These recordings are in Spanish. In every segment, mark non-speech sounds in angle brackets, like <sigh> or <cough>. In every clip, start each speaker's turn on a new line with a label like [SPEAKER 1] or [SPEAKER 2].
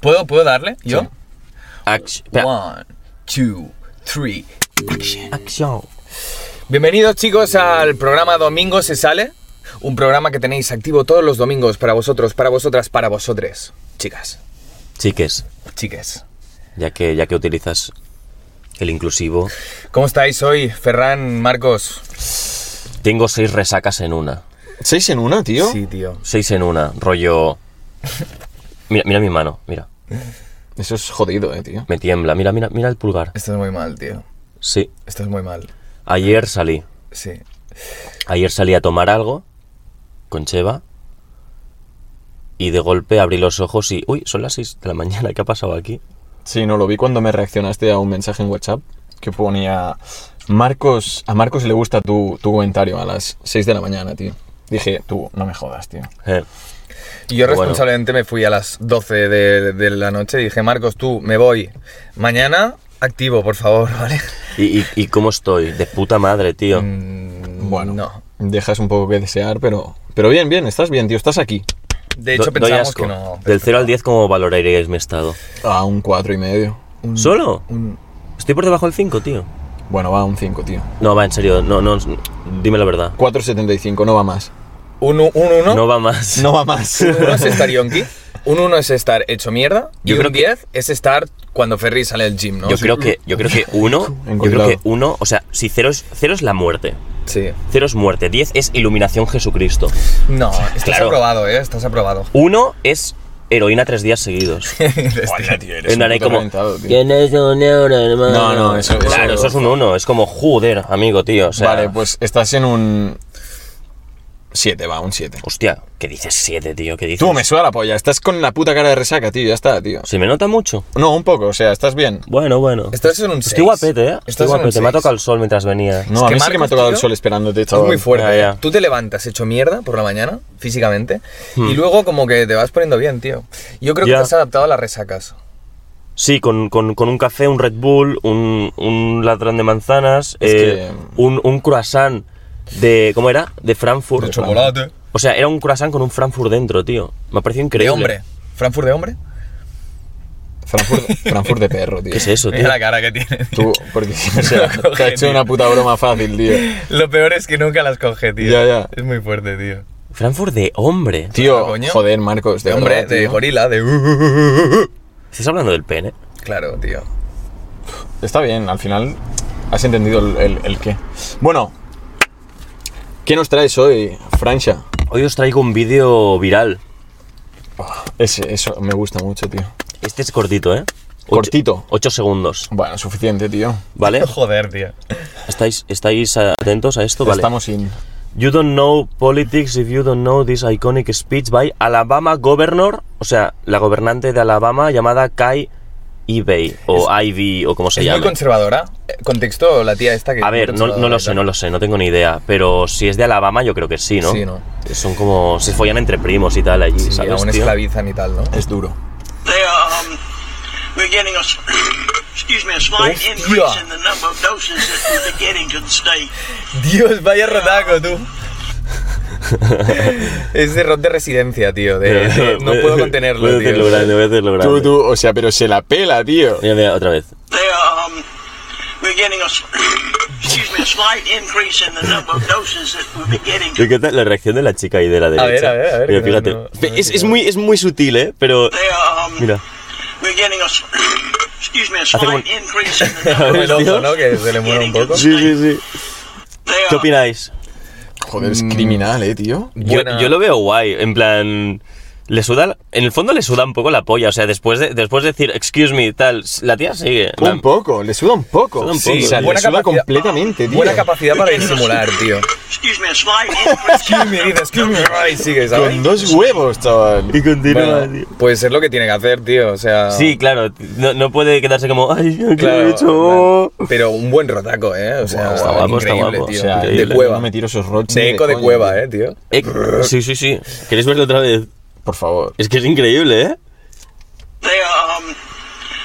[SPEAKER 1] ¿Puedo, ¿Puedo darle? ¿Yo?
[SPEAKER 2] Action. Espera.
[SPEAKER 1] One, two, three.
[SPEAKER 2] Action.
[SPEAKER 1] Bienvenidos chicos al programa Domingo se sale. Un programa que tenéis activo todos los domingos para vosotros, para vosotras, para vosotres. Chicas,
[SPEAKER 2] Chiques,
[SPEAKER 1] chiques.
[SPEAKER 2] ya que, ya que utilizas el inclusivo,
[SPEAKER 1] ¿Cómo estáis hoy, Ferran, Marcos?
[SPEAKER 2] tengo seis resacas en una.
[SPEAKER 3] ¿Seis en una, tío?
[SPEAKER 1] Sí, tío.
[SPEAKER 2] Seis en una, rollo... Mira, mira mi mano, mira.
[SPEAKER 3] Eso es jodido, eh, tío.
[SPEAKER 2] Me tiembla, mira, mira, mira el pulgar.
[SPEAKER 1] Estás muy mal, tío.
[SPEAKER 2] Sí.
[SPEAKER 1] Estás muy mal.
[SPEAKER 2] Ayer salí.
[SPEAKER 1] Sí.
[SPEAKER 2] Ayer salí a tomar algo con Cheva y de golpe abrí los ojos y... Uy, son las seis de la mañana, ¿qué ha pasado aquí?
[SPEAKER 3] Sí, no, lo vi cuando me reaccionaste a un mensaje en WhatsApp que ponía Marcos, a Marcos le gusta tu, tu comentario a las 6 de la mañana, tío. Dije, tú, no me jodas, tío.
[SPEAKER 2] Eh,
[SPEAKER 1] Y yo
[SPEAKER 2] Bueno.
[SPEAKER 1] responsablemente me fui a las 12 de, de la noche y dije, Marcos, tú, me voy. Mañana, activo, por favor, <laughs> ¿vale?
[SPEAKER 2] ¿Y, y, y cómo estoy? De puta madre, tío.
[SPEAKER 1] Mm,
[SPEAKER 3] Bueno,
[SPEAKER 1] No.
[SPEAKER 3] dejas un poco que desear, pero, pero bien, bien, estás bien, tío, estás aquí.
[SPEAKER 1] De hecho,
[SPEAKER 2] Do- doy
[SPEAKER 1] pensamos
[SPEAKER 2] asco.
[SPEAKER 1] que no.
[SPEAKER 2] Del 0 al 10, ¿cómo valoraríais mi estado?
[SPEAKER 3] A un 4 y medio.
[SPEAKER 1] Un-
[SPEAKER 2] ¿Solo?
[SPEAKER 1] un-
[SPEAKER 2] Estoy por debajo del 5, tío.
[SPEAKER 3] Bueno, va a un 5, tío.
[SPEAKER 2] No, va, en serio, no, no, dime la verdad.
[SPEAKER 3] 4,75, no va más.
[SPEAKER 1] un 1.
[SPEAKER 2] No, va más.
[SPEAKER 3] No va más.
[SPEAKER 1] Un 1 es estar yonki. Un 1 es estar hecho mierda.
[SPEAKER 2] Yo
[SPEAKER 1] y
[SPEAKER 2] creo
[SPEAKER 1] un
[SPEAKER 2] que-
[SPEAKER 1] 10 es estar cuando Ferry sale del gym, ¿no?
[SPEAKER 2] yo
[SPEAKER 1] Sí.
[SPEAKER 2] creo que, yo creo que
[SPEAKER 3] <laughs>
[SPEAKER 2] uno, yo creo
[SPEAKER 3] Encontrado.
[SPEAKER 2] que uno, o sea, si cero es, cero es la muerte,
[SPEAKER 1] Sí.
[SPEAKER 2] cero es muerte, 10 es iluminación Jesucristo,
[SPEAKER 1] No, estás
[SPEAKER 2] Claro.
[SPEAKER 1] aprobado, ¿eh? Estás aprobado. <laughs>
[SPEAKER 2] uno es heroína tres días
[SPEAKER 3] <laughs>
[SPEAKER 2] seguidos. En plan, hay
[SPEAKER 3] puto
[SPEAKER 2] como,
[SPEAKER 3] reventado, tío.
[SPEAKER 2] "Tienes un euro, hermano".
[SPEAKER 3] No, no, eso- eso-
[SPEAKER 2] claro, eso es un uno, es como joder, amigo, tío, o sea,
[SPEAKER 3] vale, pues estás en un 7, va, un 7.
[SPEAKER 2] hostia, ¿qué dices siete, tío? ¿Qué dices?
[SPEAKER 3] Tú, me suda la polla, estás con la puta cara de resaca, tío, ya está, tío.
[SPEAKER 2] Se me nota mucho.
[SPEAKER 3] No, un poco, o sea, estás bien.
[SPEAKER 2] Bueno, bueno.
[SPEAKER 1] Estás en un 6.
[SPEAKER 2] Estoy guapete, ¿eh? Estoy
[SPEAKER 1] Estás en un
[SPEAKER 2] guapete, me ha
[SPEAKER 1] seis.
[SPEAKER 2] tocado el sol mientras venía.
[SPEAKER 3] No, a
[SPEAKER 1] que
[SPEAKER 3] mí sí que me ha
[SPEAKER 1] Marcos,
[SPEAKER 3] tocado el
[SPEAKER 1] tío,
[SPEAKER 3] sol esperándote,
[SPEAKER 1] Es
[SPEAKER 3] chaval.
[SPEAKER 1] muy fuerte.
[SPEAKER 2] Ya, ya.
[SPEAKER 1] ¿eh? Tú te levantas hecho mierda por la mañana, físicamente,
[SPEAKER 2] Hmm.
[SPEAKER 1] y luego como que te vas poniendo bien, tío. Yo creo
[SPEAKER 2] Ya.
[SPEAKER 1] que te has adaptado a las resacas.
[SPEAKER 2] Sí, con, con- con un café, un Red Bull, un, un ladrón de manzanas,
[SPEAKER 3] Es
[SPEAKER 2] eh,
[SPEAKER 3] que-
[SPEAKER 2] un, un croissant de... ¿Cómo era? De Frankfurt.
[SPEAKER 3] De chocolate.
[SPEAKER 2] O sea, era un croissant con un Frankfurt dentro, tío. Me ha parecido
[SPEAKER 1] De
[SPEAKER 2] increíble.
[SPEAKER 1] hombre. ¿Frankfurt de hombre?
[SPEAKER 3] Frankfurt, Frankfurt de perro, tío.
[SPEAKER 2] ¿Qué es eso, tío?
[SPEAKER 1] Mira la cara que tiene. tío.
[SPEAKER 3] Tú, porque o sea, te ha hecho una puta broma fácil, tío.
[SPEAKER 1] <laughs> Lo peor es que nunca las coge, tío.
[SPEAKER 3] Ya, ya.
[SPEAKER 1] Es muy fuerte, tío.
[SPEAKER 2] Frankfurt de hombre.
[SPEAKER 3] Tío,
[SPEAKER 1] Ah, Coño.
[SPEAKER 3] joder, Marcos, de
[SPEAKER 1] De hombre,
[SPEAKER 3] verdad,
[SPEAKER 1] de
[SPEAKER 3] tío.
[SPEAKER 1] gorila, de... uh,
[SPEAKER 2] Estás hablando del pene.
[SPEAKER 1] Claro, tío.
[SPEAKER 3] Está bien, al final has entendido el, el- el qué. Bueno, ¿qué nos traes hoy, Francia?
[SPEAKER 2] Hoy os traigo un vídeo viral.
[SPEAKER 1] Oh.
[SPEAKER 3] Ese, eso me gusta mucho, tío.
[SPEAKER 2] Este es cortito, ¿eh? Ocho-
[SPEAKER 3] Cortito.
[SPEAKER 2] Ocho segundos,
[SPEAKER 3] Bueno, suficiente, tío.
[SPEAKER 2] ¿vale?
[SPEAKER 1] <laughs>
[SPEAKER 3] <laughs>
[SPEAKER 1] Joder, tío.
[SPEAKER 2] ¿Estáis, estáis atentos a esto? Vale.
[SPEAKER 3] Estamos sin.
[SPEAKER 2] You don't know politics if you don't know this iconic speech by Alabama governor, o sea, la gobernante de Alabama llamada Kai Ivey o Ivy o como se
[SPEAKER 1] Es muy
[SPEAKER 2] llama.
[SPEAKER 1] conservadora. Eh, Contexto, la tía esta que...
[SPEAKER 2] A ver, no, no lo sé, no lo sé, no tengo ni idea, pero si es de Alabama yo creo que sí, ¿no?
[SPEAKER 1] Sí, ¿no?
[SPEAKER 2] Son como se follan entre primos y tal allí,
[SPEAKER 1] Sí,
[SPEAKER 2] ¿sabes?
[SPEAKER 1] aún
[SPEAKER 2] tío?
[SPEAKER 1] esclavizan y tal, ¿no?
[SPEAKER 3] Es duro.
[SPEAKER 4] They are um, we're getting a s- <coughs> excuse me a slight
[SPEAKER 1] Hostia.
[SPEAKER 2] Oh,
[SPEAKER 4] increase in the number of doses that they're getting to the state.
[SPEAKER 1] Dios, vaya rotaco, tú. <laughs> es de rot de residencia, tío. de-
[SPEAKER 2] <laughs>
[SPEAKER 1] de- eh, no puedo contenerlo,
[SPEAKER 2] Voy a
[SPEAKER 1] tío.
[SPEAKER 2] decirlo grande, voy a decirlo grande.
[SPEAKER 3] Tú, tú, o sea, pero se la pela, tío.
[SPEAKER 2] Mira, mira, otra vez.
[SPEAKER 4] They are um, we're getting a s- <coughs> excuse me a slight increase in the number of doses that we're getting to
[SPEAKER 2] Yo qué tal la reacción de la chica ahí de la derecha.
[SPEAKER 1] ver, a ver, a ver,
[SPEAKER 2] Mira,
[SPEAKER 1] que no-
[SPEAKER 2] fíjate.
[SPEAKER 1] no- no
[SPEAKER 2] es,
[SPEAKER 1] me
[SPEAKER 2] es muy, es muy sutil, ¿eh? Pero...
[SPEAKER 4] they are um,
[SPEAKER 2] Mira.
[SPEAKER 4] we're getting a s- <coughs> excuse me a
[SPEAKER 2] como
[SPEAKER 4] slight
[SPEAKER 2] un-
[SPEAKER 4] increase in
[SPEAKER 2] <laughs>
[SPEAKER 4] the number
[SPEAKER 1] Con el ojo,
[SPEAKER 2] Dios.
[SPEAKER 1] ¿no? Que se le mueve un poco.
[SPEAKER 2] Sí, sí, sí.
[SPEAKER 4] they
[SPEAKER 2] ¿Qué
[SPEAKER 4] are
[SPEAKER 2] opináis?
[SPEAKER 3] Joder, es criminal, eh, tío.
[SPEAKER 2] Yo,
[SPEAKER 1] Buena-
[SPEAKER 2] yo lo veo guay, en plan... Le suda, en el fondo le suda un poco la polla, o sea, después de, después de decir, excuse me, tal, la tía sigue. en plan,
[SPEAKER 3] Un poco, le suda un
[SPEAKER 2] Suda
[SPEAKER 3] poco.
[SPEAKER 2] un
[SPEAKER 3] Sí,
[SPEAKER 2] poco,
[SPEAKER 3] o sea,
[SPEAKER 2] tío.
[SPEAKER 3] le
[SPEAKER 1] Buena
[SPEAKER 3] suda
[SPEAKER 1] capacidad-
[SPEAKER 3] completamente, tío.
[SPEAKER 1] Buena capacidad para disimular,
[SPEAKER 2] <laughs>
[SPEAKER 1] tío.
[SPEAKER 4] excuse me a slight increase
[SPEAKER 1] Excuse me, dice, excuse me, right, sigue, ¿sabes?
[SPEAKER 3] Con dos huevos, chaval.
[SPEAKER 2] Y continúa,
[SPEAKER 1] Bueno,
[SPEAKER 2] tío.
[SPEAKER 1] pues es lo que tiene que hacer, tío. O sea.
[SPEAKER 2] Sí, claro, no, no puede quedarse como, ay, ¿qué
[SPEAKER 1] claro.
[SPEAKER 2] he hecho?
[SPEAKER 1] en plan, Pero un buen rotaco, ¿eh? O sea,
[SPEAKER 2] Está guapo, está
[SPEAKER 1] increíble,
[SPEAKER 2] guapo.
[SPEAKER 1] tío.
[SPEAKER 3] O sea,
[SPEAKER 1] de
[SPEAKER 2] increíble.
[SPEAKER 1] cueva.
[SPEAKER 3] No me tiro esos roches.
[SPEAKER 1] de eco de
[SPEAKER 3] coño,
[SPEAKER 1] cueva,
[SPEAKER 3] tío.
[SPEAKER 1] ¿eh, tío?
[SPEAKER 2] Eh, sí, sí, sí. ¿Queréis verlo otra vez?
[SPEAKER 3] Por favor.
[SPEAKER 2] Es que es increíble, ¿eh?
[SPEAKER 4] they are um,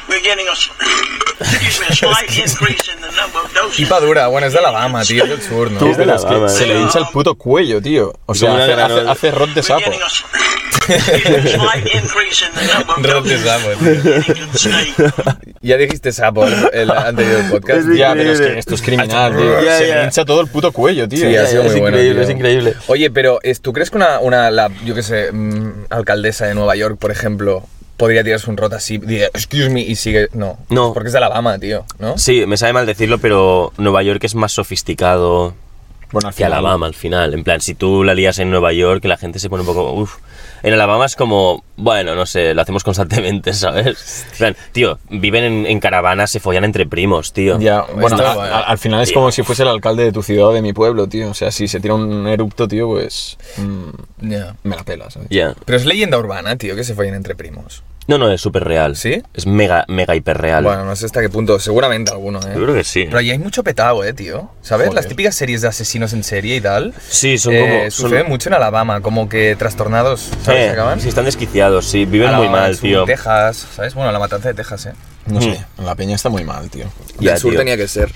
[SPEAKER 4] we're getting a s- <coughs> excuse me
[SPEAKER 2] <laughs>
[SPEAKER 4] a slight increase in the number of doses
[SPEAKER 1] Pipa dura, bueno, es de Alabama, tío, es del sur, ¿no?
[SPEAKER 3] Es de
[SPEAKER 2] la
[SPEAKER 3] las que
[SPEAKER 2] baba,
[SPEAKER 3] se
[SPEAKER 2] eh.
[SPEAKER 3] le hincha el puto cuello, tío. O sea,
[SPEAKER 2] una
[SPEAKER 3] hace,
[SPEAKER 2] granada.
[SPEAKER 3] hace- hace rot de
[SPEAKER 4] We're <laughs>
[SPEAKER 3] sapo.
[SPEAKER 4] getting a s- Excuse me, slight increase in the number of
[SPEAKER 1] Rob de
[SPEAKER 4] doses
[SPEAKER 1] Sapo,
[SPEAKER 4] in England state.
[SPEAKER 1] Ya dijiste sapo el, el
[SPEAKER 2] <laughs>
[SPEAKER 1] anterior podcast. Ah,
[SPEAKER 2] Es
[SPEAKER 3] Ya, pero es
[SPEAKER 2] increíble.
[SPEAKER 3] que esto es criminal, tío.
[SPEAKER 2] Ya,
[SPEAKER 3] Se
[SPEAKER 2] ya.
[SPEAKER 3] me hincha todo el puto cuello, tío.
[SPEAKER 1] Sí, ha sido
[SPEAKER 2] es
[SPEAKER 1] muy bueno,
[SPEAKER 2] increíble,
[SPEAKER 1] tío.
[SPEAKER 2] es increíble.
[SPEAKER 1] Oye, pero es- ¿tú crees que una, una la, yo qué sé, mm, alcaldesa de Nueva York, por ejemplo, podría tirarse un rota así, diría, excuse me, y sigue? No.
[SPEAKER 2] No.
[SPEAKER 1] Porque es de Alabama, tío, ¿no?
[SPEAKER 2] Sí, me sabe mal decirlo, pero Nueva York es más sofisticado
[SPEAKER 3] Bueno, al
[SPEAKER 2] que
[SPEAKER 3] final-
[SPEAKER 2] Alabama al final. En plan, si tú la lías en Nueva York, la gente se pone un poco. Uf. En Alabama es como, bueno, no sé, lo hacemos constantemente, <laughs> ¿sabes? En plan, tío, viven en, en caravanas, se follan entre primos, tío.
[SPEAKER 3] Ya, bueno,
[SPEAKER 1] Esto-
[SPEAKER 3] a- a- al final es como si fuese el alcalde de tu ciudad o de mi pueblo, tío. O sea, si se tira un erupto, tío, pues. mm,
[SPEAKER 1] Ya.
[SPEAKER 3] me la pelas, ¿sabes?
[SPEAKER 2] Ya.
[SPEAKER 1] Pero es leyenda urbana, tío, que se follen entre primos.
[SPEAKER 2] No, no, es súper real.
[SPEAKER 1] ¿Sí?
[SPEAKER 2] Es mega, mega hiperreal.
[SPEAKER 1] Bueno, no sé hasta qué punto, seguramente alguno, ¿eh?
[SPEAKER 2] Yo creo que sí.
[SPEAKER 1] Pero ahí hay mucho petado, ¿eh, tío? ¿Sabes?
[SPEAKER 3] Joder.
[SPEAKER 1] Las típicas series de asesinos en serie y tal.
[SPEAKER 2] Sí, son
[SPEAKER 1] eh,
[SPEAKER 2] como. son-
[SPEAKER 1] Sucede mucho en Alabama, como que trastornados, ¿sabes?
[SPEAKER 2] Eh,
[SPEAKER 1] acaban.
[SPEAKER 2] sí, están desquiciados, sí, viven muy
[SPEAKER 1] Alabama,
[SPEAKER 2] mal,
[SPEAKER 1] el sur,
[SPEAKER 2] tío.
[SPEAKER 1] Texas, ¿sabes? Bueno, la matanza de Texas, ¿eh?
[SPEAKER 3] No sé, la peña está muy mal, tío.
[SPEAKER 1] Y
[SPEAKER 2] Ya,
[SPEAKER 1] el sur
[SPEAKER 2] tío.
[SPEAKER 1] tenía que ser.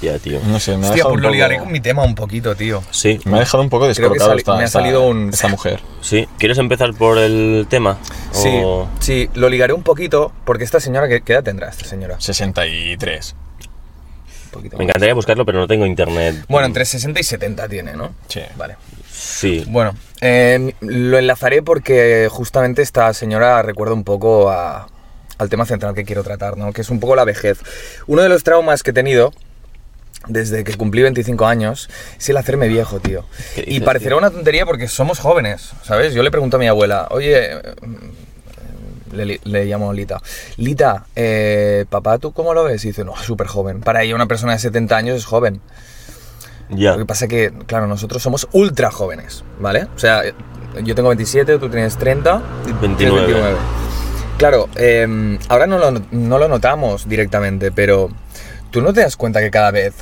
[SPEAKER 2] Ya, tío.
[SPEAKER 3] No sé, me ha
[SPEAKER 1] Hostia,
[SPEAKER 3] dejado.
[SPEAKER 1] pues
[SPEAKER 3] un
[SPEAKER 1] lo
[SPEAKER 3] poco-
[SPEAKER 1] ligaré con mi tema un poquito, tío.
[SPEAKER 2] Sí,
[SPEAKER 3] Me ha dejado un poco
[SPEAKER 1] Creo que
[SPEAKER 3] descolocado
[SPEAKER 1] sali-
[SPEAKER 3] esta,
[SPEAKER 1] me ha
[SPEAKER 3] esta-
[SPEAKER 1] salido un-
[SPEAKER 3] esta mujer.
[SPEAKER 2] sí. ¿Quieres empezar por el tema?
[SPEAKER 1] Sí,
[SPEAKER 2] O-
[SPEAKER 1] sí, lo ligaré un poquito, porque esta señora, ¿qué, qué edad tendrá esta señora? <laughs>
[SPEAKER 3] 63.
[SPEAKER 1] Un poquito
[SPEAKER 2] Me
[SPEAKER 1] más.
[SPEAKER 2] encantaría buscarlo, pero no tengo internet.
[SPEAKER 1] Bueno, entre 60 y 70 tiene, ¿no?
[SPEAKER 3] Sí.
[SPEAKER 1] Vale.
[SPEAKER 2] Sí.
[SPEAKER 1] Bueno, eh, lo enlazaré porque justamente esta señora recuerda un poco a- al tema central que quiero tratar, ¿no? Que es un poco la vejez. Uno de los traumas que he tenido desde que cumplí 25 años es el hacerme viejo, tío.
[SPEAKER 2] ¿Qué
[SPEAKER 1] Y
[SPEAKER 2] dices,
[SPEAKER 1] parecerá una tontería porque somos jóvenes, ¿sabes? Yo le pregunto a mi abuela, oye, eh, le, le llamo Lita, Lita, eh, papá, ¿tú cómo lo ves? Y dice, no, súper joven. Para ella una persona de 70 años es joven.
[SPEAKER 2] Ya.
[SPEAKER 1] Lo que pasa que, claro, nosotros somos ultra jóvenes, ¿vale? O sea, yo tengo 27, tú tienes 30, y tienes
[SPEAKER 2] 29.
[SPEAKER 1] Claro, eh, ahora no lo, no lo notamos directamente, pero tú no te das cuenta que cada vez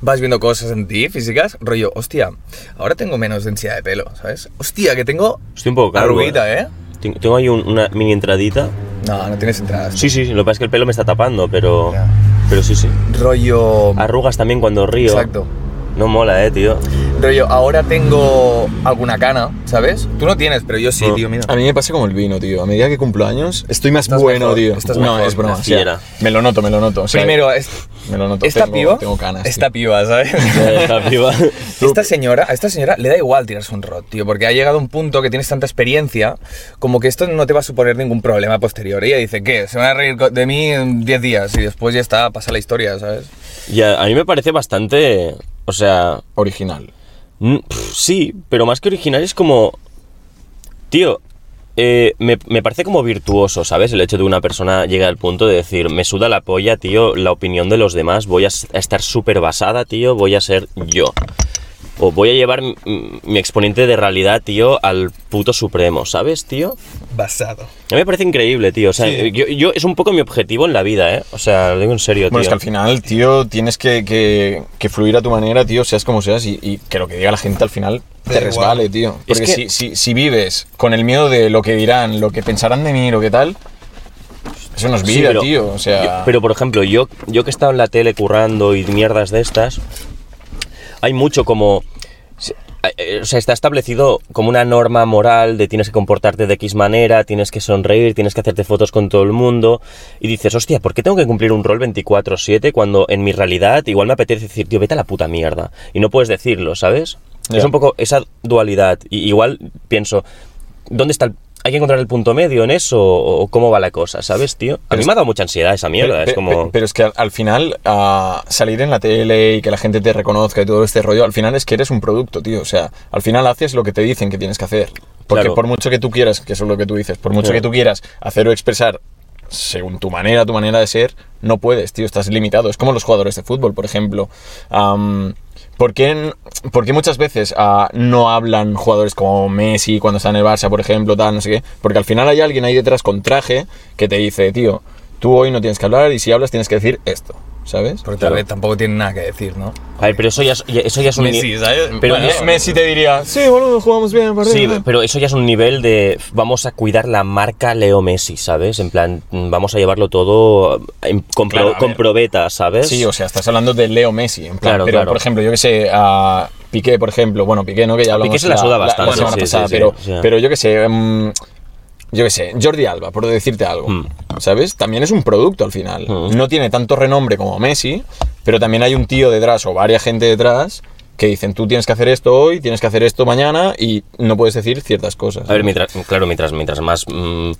[SPEAKER 1] vas viendo cosas en ti físicas, rollo, hostia, ahora tengo menos densidad de pelo, ¿sabes? Hostia, que tengo
[SPEAKER 2] Estoy un poco calvo.
[SPEAKER 1] arruguita, ¿eh?
[SPEAKER 2] Ten- Tengo ahí un- una mini entradita.
[SPEAKER 1] No, no tienes entradas.
[SPEAKER 2] Sí, sí, sí, lo que pasa es que el pelo me está tapando, pero.
[SPEAKER 1] Ya.
[SPEAKER 2] Pero sí, sí.
[SPEAKER 1] Rollo...
[SPEAKER 2] Arrugas también cuando río.
[SPEAKER 1] Exacto.
[SPEAKER 2] No mola,
[SPEAKER 1] <laughs>
[SPEAKER 2] eh, tío.
[SPEAKER 1] Rollo, ahora tengo alguna cana, ¿sabes? Tú no tienes, pero yo sí,
[SPEAKER 2] No.
[SPEAKER 1] tío, mira.
[SPEAKER 3] A mí me pasa como el vino, tío. A medida que cumplo años, estoy más
[SPEAKER 1] Estás
[SPEAKER 3] bueno,
[SPEAKER 1] mejor,
[SPEAKER 3] tío.
[SPEAKER 1] estás
[SPEAKER 3] no,
[SPEAKER 1] mejor,
[SPEAKER 3] es broma.
[SPEAKER 1] una
[SPEAKER 3] o sea,
[SPEAKER 2] fiera.
[SPEAKER 3] me lo noto, me lo noto. o sea,
[SPEAKER 1] Primero, es...
[SPEAKER 3] me lo noto.
[SPEAKER 1] Esta
[SPEAKER 3] tengo,
[SPEAKER 1] piba,
[SPEAKER 3] Tengo canas. tío.
[SPEAKER 1] esta piba,
[SPEAKER 3] <laughs>
[SPEAKER 1] ¿sabes?
[SPEAKER 2] Esta piba.
[SPEAKER 1] <laughs> Esta señora, a esta señora le da igual tirarse un rot, tío, porque ha llegado un punto que tienes tanta experiencia como que esto no te va a suponer ningún problema posterior. Ella dice, ¿qué? Se van a reír co- de mí en 10 días y después ya está, pasa la historia, ¿sabes?
[SPEAKER 2] Ya, a mí me parece bastante. O sea.
[SPEAKER 3] Original.
[SPEAKER 2] Mm, pf, Sí, pero más que original es como... Tío, eh, me, me parece como virtuoso, ¿sabes? El hecho de que una persona llegue al punto de decir, me suda la polla, tío, la opinión de los demás, voy a s- a estar súper basada, tío, voy a ser yo. O voy a llevar m- m- mi exponente de realidad, tío, al puto supremo, ¿sabes, tío?
[SPEAKER 1] Basado.
[SPEAKER 2] A mí me parece increíble, tío. O sea, yo, yo- es un poco mi objetivo en la vida, ¿eh? O sea, lo digo en serio,
[SPEAKER 3] Bueno, es
[SPEAKER 2] tío.
[SPEAKER 3] que al final, tío, tienes que, que- que fluir a tu manera, tío, seas como seas, y, y que lo que diga la gente al final te
[SPEAKER 1] Da igual.
[SPEAKER 3] resbale, tío.
[SPEAKER 2] Es
[SPEAKER 3] Porque
[SPEAKER 2] que-
[SPEAKER 3] si, si- si vives con el miedo de lo que dirán, lo que pensarán de mí, lo que tal, eso nos
[SPEAKER 2] Sí,
[SPEAKER 3] vida,
[SPEAKER 2] pero-
[SPEAKER 3] tío. O sea,
[SPEAKER 2] yo- pero por ejemplo, yo, yo que he estado en la tele currando y mierdas de estas, hay mucho como. se- eh, O sea, está establecido como una norma moral de tienes que comportarte de X manera, tienes que sonreír, tienes que hacerte fotos con todo el mundo. Y dices, hostia, ¿por qué tengo que cumplir un rol 24-7 cuando en mi realidad igual me apetece decir, tío, vete a la puta mierda? Y no puedes decirlo, ¿sabes?
[SPEAKER 3] Ya.
[SPEAKER 2] Es un poco esa dualidad. Y igual pienso, ¿dónde está el.? Hay que encontrar el punto medio en eso o o cómo va la cosa, ¿sabes, tío? A
[SPEAKER 3] Pero
[SPEAKER 2] mí
[SPEAKER 3] es-
[SPEAKER 2] me ha dado mucha ansiedad esa mierda.
[SPEAKER 3] Pe-
[SPEAKER 2] es
[SPEAKER 3] pe-
[SPEAKER 2] como.
[SPEAKER 3] pe- Pero es que al, al final, ah, salir en la tele y que la gente te reconozca y todo este rollo, al final es que eres un producto, tío. O sea, al final haces lo que te dicen que tienes que hacer. Porque
[SPEAKER 2] Claro.
[SPEAKER 3] por mucho que tú quieras, que eso es lo que tú dices, por mucho
[SPEAKER 2] Claro.
[SPEAKER 3] que tú quieras hacer o expresar según tu manera, tu manera de ser, no puedes, tío. Estás limitado. Es como los jugadores de fútbol, por ejemplo. Am, ¿Por qué, n- por qué muchas veces ah, no hablan jugadores como Messi cuando está en el Barça, por ejemplo, tal, no sé qué? Porque al final hay alguien ahí detrás con traje que te dice, tío, tú hoy no tienes que hablar y si hablas tienes que decir esto, ¿sabes?
[SPEAKER 1] Porque tal
[SPEAKER 2] Claro.
[SPEAKER 1] vez tampoco tiene nada que decir, ¿no?
[SPEAKER 2] A ver, pero eso ya es, ya- eso ya es un. ni-
[SPEAKER 1] Messi, ¿sabes?
[SPEAKER 2] Pero
[SPEAKER 1] Bueno,
[SPEAKER 2] eso-
[SPEAKER 3] Messi te diría, sí, boludo, jugamos bien, por
[SPEAKER 2] Sí,
[SPEAKER 3] arriba".
[SPEAKER 2] pero eso ya es un nivel de vamos a cuidar la marca Leo Messi, ¿sabes? En plan, mm, vamos a llevarlo todo en- con, pro-
[SPEAKER 3] Claro, a ver.
[SPEAKER 2] con probeta, ¿sabes?
[SPEAKER 3] Sí, o sea, estás hablando de Leo Messi, en plan,
[SPEAKER 2] Claro,
[SPEAKER 3] pero
[SPEAKER 2] claro.
[SPEAKER 3] por ejemplo, yo que sé, a Piqué, por ejemplo, bueno, Piqué, ¿no? Que ya hablamos
[SPEAKER 2] Piqué se la suda bastante,
[SPEAKER 3] semana
[SPEAKER 2] sí, sí,
[SPEAKER 3] pasada,
[SPEAKER 2] sí,
[SPEAKER 3] pero,
[SPEAKER 2] sí.
[SPEAKER 3] pero yo qué sé, mm, yo qué sé, Jordi Alba, por decirte algo,
[SPEAKER 2] Mm.
[SPEAKER 3] ¿sabes? También es un producto al final.
[SPEAKER 2] Mm.
[SPEAKER 3] No tiene tanto renombre como Messi, pero también hay un tío detrás o varias gente detrás que dicen, tú tienes que hacer esto hoy, tienes que hacer esto mañana y no puedes decir ciertas cosas.
[SPEAKER 2] A ver, mientras, claro, mientras, mientras más, mm,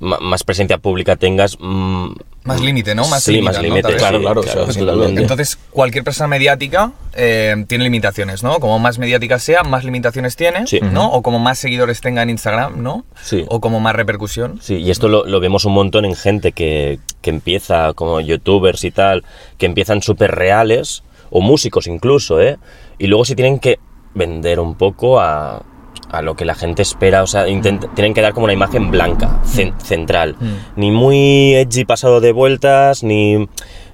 [SPEAKER 2] ma- más presencia pública tengas... mm,
[SPEAKER 1] Más límite, ¿no? Más
[SPEAKER 2] sí,
[SPEAKER 1] límite,
[SPEAKER 2] más
[SPEAKER 1] ¿no?
[SPEAKER 2] límite.
[SPEAKER 1] Tal vez.
[SPEAKER 3] Claro, claro, o sea,
[SPEAKER 2] sí,
[SPEAKER 3] sin duda.
[SPEAKER 2] totalmente.
[SPEAKER 1] Entonces, cualquier persona mediática eh, tiene limitaciones, ¿no? Como más mediática sea, más limitaciones tiene,
[SPEAKER 2] Sí.
[SPEAKER 1] ¿no? O como más seguidores tenga en Instagram, ¿no?
[SPEAKER 2] Sí.
[SPEAKER 1] O como más repercusión.
[SPEAKER 2] Sí, y esto lo, lo vemos un montón en gente que, que empieza, como youtubers y tal, que empiezan súper reales, o músicos incluso, ¿eh? Y luego se tienen que vender un poco a, a lo que la gente espera, o sea, intent- tienen que dar como una imagen blanca, cen- central. Ni muy edgy pasado de vueltas, ni,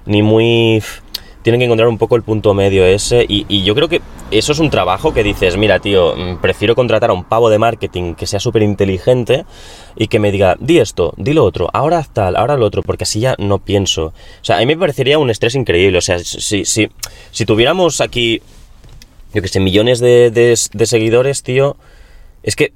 [SPEAKER 2] ni muy... Tienen que encontrar un poco el punto medio ese y, y yo creo que eso es un trabajo que dices, mira tío, mm, prefiero contratar a un pavo de marketing que sea súper inteligente y que me diga, di esto, di lo otro, ahora haz tal, ahora lo otro, porque así ya no pienso. O sea, a mí me parecería un estrés increíble, o sea, si, si, si tuviéramos aquí, yo que sé, millones de, de- de seguidores, tío, es que